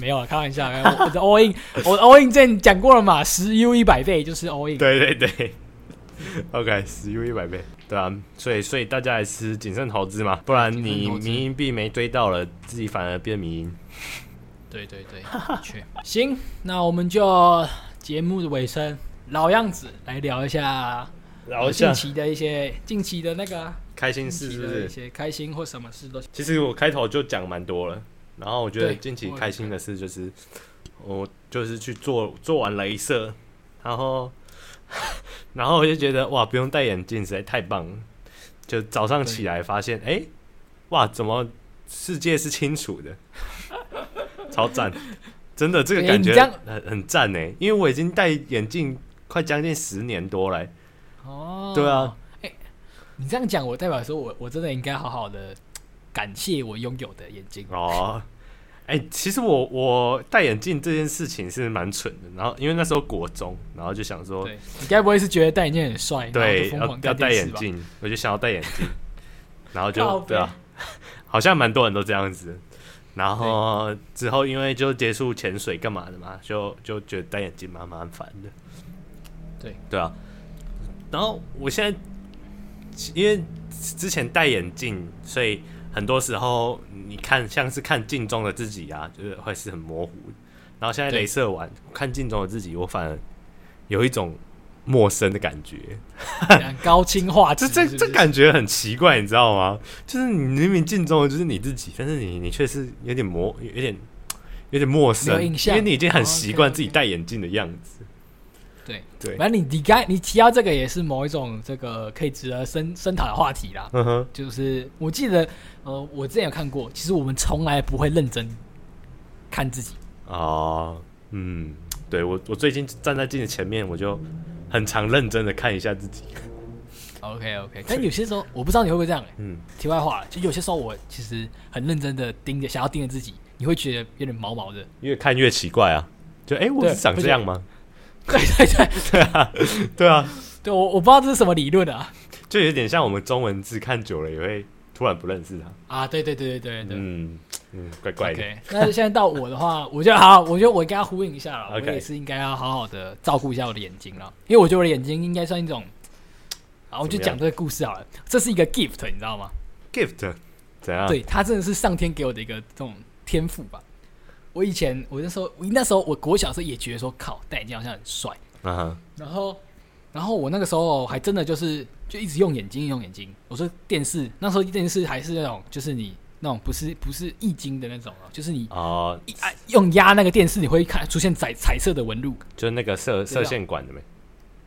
Speaker 1: 没有啊，开玩笑，开玩笑我的 all in，我 all in 这讲过了嘛，十 U 一百倍就是 all in。
Speaker 2: 对对对。OK，十 U 一百倍，对啊，所以所以大家还是谨慎投资嘛，不然
Speaker 1: 谨
Speaker 2: 你
Speaker 1: 慎投资
Speaker 2: 民营币没追到了，自己反而变民营。
Speaker 1: 对对对，的确。行，那我们就节目的尾声，老样子来聊一下呃
Speaker 2: 然后
Speaker 1: 近
Speaker 2: 像
Speaker 1: 期的一些近期的那个啊
Speaker 2: 开心
Speaker 1: 近
Speaker 2: 事
Speaker 1: 期
Speaker 2: 是不
Speaker 1: 的一
Speaker 2: 是？
Speaker 1: 些开心或什么事都
Speaker 2: 其实我开头就讲蛮多了，然后我觉得
Speaker 1: 对
Speaker 2: 近期
Speaker 1: 我也
Speaker 2: 开心的事就是，我就是去做做完镭射，然后 然后我就觉得哇，不用戴眼镜实在太棒了。就早上起来发现，哎、哇，怎么世界是清楚的， 超赞！真的，这个
Speaker 1: 诶
Speaker 2: 感
Speaker 1: 你
Speaker 2: 觉
Speaker 1: 这样
Speaker 2: 很很赞呢，因为我已经戴眼镜快将近十年多了、
Speaker 1: 哦。
Speaker 2: 对啊，
Speaker 1: 哎、你这样讲，我代表说我我真的应该好好的感谢我拥有的眼睛。
Speaker 2: 哦，哎、其实我我戴眼镜这件事情是蛮蠢的，然后因为那时候国中，然后就想说，
Speaker 1: 对你该不会是觉得戴眼镜很帅，然后
Speaker 2: 对，
Speaker 1: 就疯
Speaker 2: 要
Speaker 1: 狂
Speaker 2: 要
Speaker 1: 干
Speaker 2: 戴
Speaker 1: 电视
Speaker 2: 眼
Speaker 1: 吧？
Speaker 2: 镜，我就想要戴眼镜，然后
Speaker 1: 靠
Speaker 2: 就
Speaker 1: 北
Speaker 2: 对啊，好像蛮多人都这样子。然后之后因为就结束潜水干嘛的嘛，就就觉得戴眼镜蛮蛮烦的。
Speaker 1: 对
Speaker 2: 对啊，然后我现在因为之前戴眼镜，所以很多时候你看像是看镜中的自己啊，就是会是很模糊的。然后现在
Speaker 1: 对
Speaker 2: 镭射完看镜中的自己，我反而有一种陌生的感觉。
Speaker 1: 高清画质
Speaker 2: 这
Speaker 1: 是不
Speaker 2: 这
Speaker 1: 是，
Speaker 2: 这感觉很奇怪，你知道吗？就是你明明镜中的就是你自己，但是你你却是有点模，有点有点陌生
Speaker 1: 没有印，
Speaker 2: 因
Speaker 1: 象
Speaker 2: 为你已经很习惯
Speaker 1: 哦，OK，OK
Speaker 2: 自己戴眼镜的样子。
Speaker 1: 对。
Speaker 2: 对，
Speaker 1: 反正你你刚你提到这个也是某一种这个可以值得深深讨的话题啦。
Speaker 2: 嗯哼，
Speaker 1: 就是我记得，呃，我之前有看过，其实我们从来不会认真看自己。
Speaker 2: 哦，嗯，对我我最近站在镜子前面，我就很常认真的看一下自己。
Speaker 1: OK OK，但有些时候我不知道你会不会这样、欸。
Speaker 2: 嗯，
Speaker 1: 题外话，就有些时候我其实很认真的盯着，想要盯着自己，你会觉得有点毛毛的。
Speaker 2: 越看越奇怪啊，就哎、诶我
Speaker 1: 对
Speaker 2: 是长
Speaker 1: 不
Speaker 2: 这
Speaker 1: 是
Speaker 2: 样吗？
Speaker 1: 对对对，
Speaker 2: 对啊， 对啊，
Speaker 1: 对我我不知道这是什么理论啊。
Speaker 2: 就有点像我们中文字看久了也会突然不认识它。
Speaker 1: 啊，对对对对对对。
Speaker 2: 嗯嗯，怪怪的。
Speaker 1: OK，那现在到我的话，我觉得好，我觉得我应该要呼应一下了。
Speaker 2: OK
Speaker 1: 我也是应该要好好的照顾一下我的眼睛了，因为我觉得我的眼睛应该算一种，啊，我就
Speaker 2: 怎么样
Speaker 1: 讲这个故事好了。这是一个 gift，你知道吗？
Speaker 2: Gift 怎样？
Speaker 1: 对，它真的是上天给我的一个这种天赋吧。我以前我那时候，我那时候我国小的时候也觉得说，靠，戴眼镜好像很帅。
Speaker 2: 啊哈，
Speaker 1: 然后，然后我那个时候还真的就是就一直用眼睛用眼睛。我说电视那时候电视还是那种就是你那种不是不是易经的那种哦，就是你
Speaker 2: 哦，
Speaker 1: 一按用压那个电视，你会看出现彩彩色的纹路。
Speaker 2: 就是那个射
Speaker 1: 知道
Speaker 2: 射线管的没？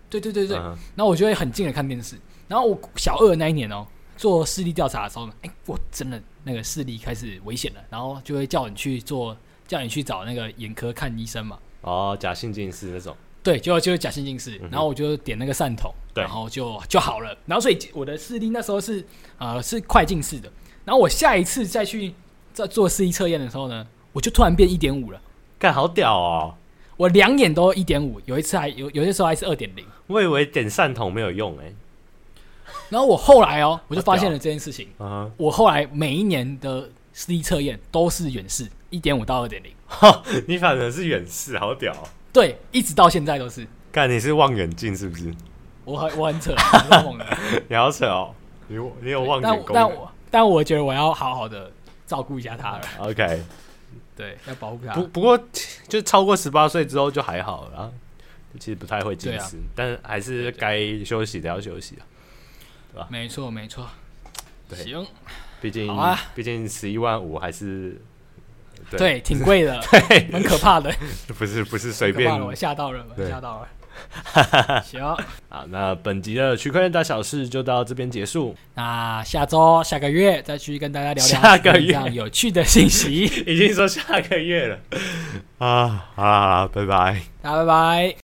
Speaker 1: 对对对对，
Speaker 2: 嗯
Speaker 1: 然后我就会很近的看电视。然后我小二那一年哦，做视力调查的时候呢，哎，我真的那个视力开始危险了，然后就会叫你去做，叫你去找那个眼科看医生嘛。
Speaker 2: 哦，假性近视那种。
Speaker 1: 对，就就是假性近视，
Speaker 2: 嗯哼
Speaker 1: 然后我就点那个散瞳，
Speaker 2: 对
Speaker 1: 然后就就好了。然后所以我的视力那时候是呃是快近视的，然后我下一次再去再做视力测验的时候呢，我就突然变一点五了，
Speaker 2: 干好屌哦！
Speaker 1: 我两眼都一点五，有一次还有有些时候还是二点零。
Speaker 2: 我以为点散筒没有用哎、
Speaker 1: 然后我后来哦，我就发现了这件事情。
Speaker 2: 啊
Speaker 1: 我后来每一年的视力测验都是远视，一点五到二点零，
Speaker 2: 哈，你反正是远视，好屌、哦！
Speaker 1: 对，一直到现在都是。
Speaker 2: 干你是望远镜是不是？
Speaker 1: 我很我很扯，我很猛的。
Speaker 2: 你好扯哦！你有你有 望
Speaker 1: 但
Speaker 2: 远
Speaker 1: 我
Speaker 2: 功
Speaker 1: 但
Speaker 2: 能
Speaker 1: 我但我觉得我要好好的照顾一下 他了，
Speaker 2: ？OK，
Speaker 1: 对，要保护他。
Speaker 2: 不不过就超过十八岁之后就还好了啊，其实不太会近
Speaker 1: 啊
Speaker 2: 视，但是还是该休息的要休息啊。
Speaker 1: 没错没错。
Speaker 2: 对
Speaker 1: 行，
Speaker 2: 毕竟
Speaker 1: 好啊
Speaker 2: 毕竟十一万五还是
Speaker 1: 对，挺贵的，
Speaker 2: 对，
Speaker 1: 很可怕的，
Speaker 2: 不是不是 随
Speaker 1: 很可
Speaker 2: 便
Speaker 1: 怕的，我吓到了，我
Speaker 2: 对
Speaker 1: 吓到了。 行，
Speaker 2: 啊，那本集的区块链大小事就到这边结束，
Speaker 1: 那下周下个月再去跟大家聊聊
Speaker 2: 下个月
Speaker 1: 这样有趣的信息。
Speaker 2: 已经说下个月了啊啊，拜拜。
Speaker 1: 大家拜拜。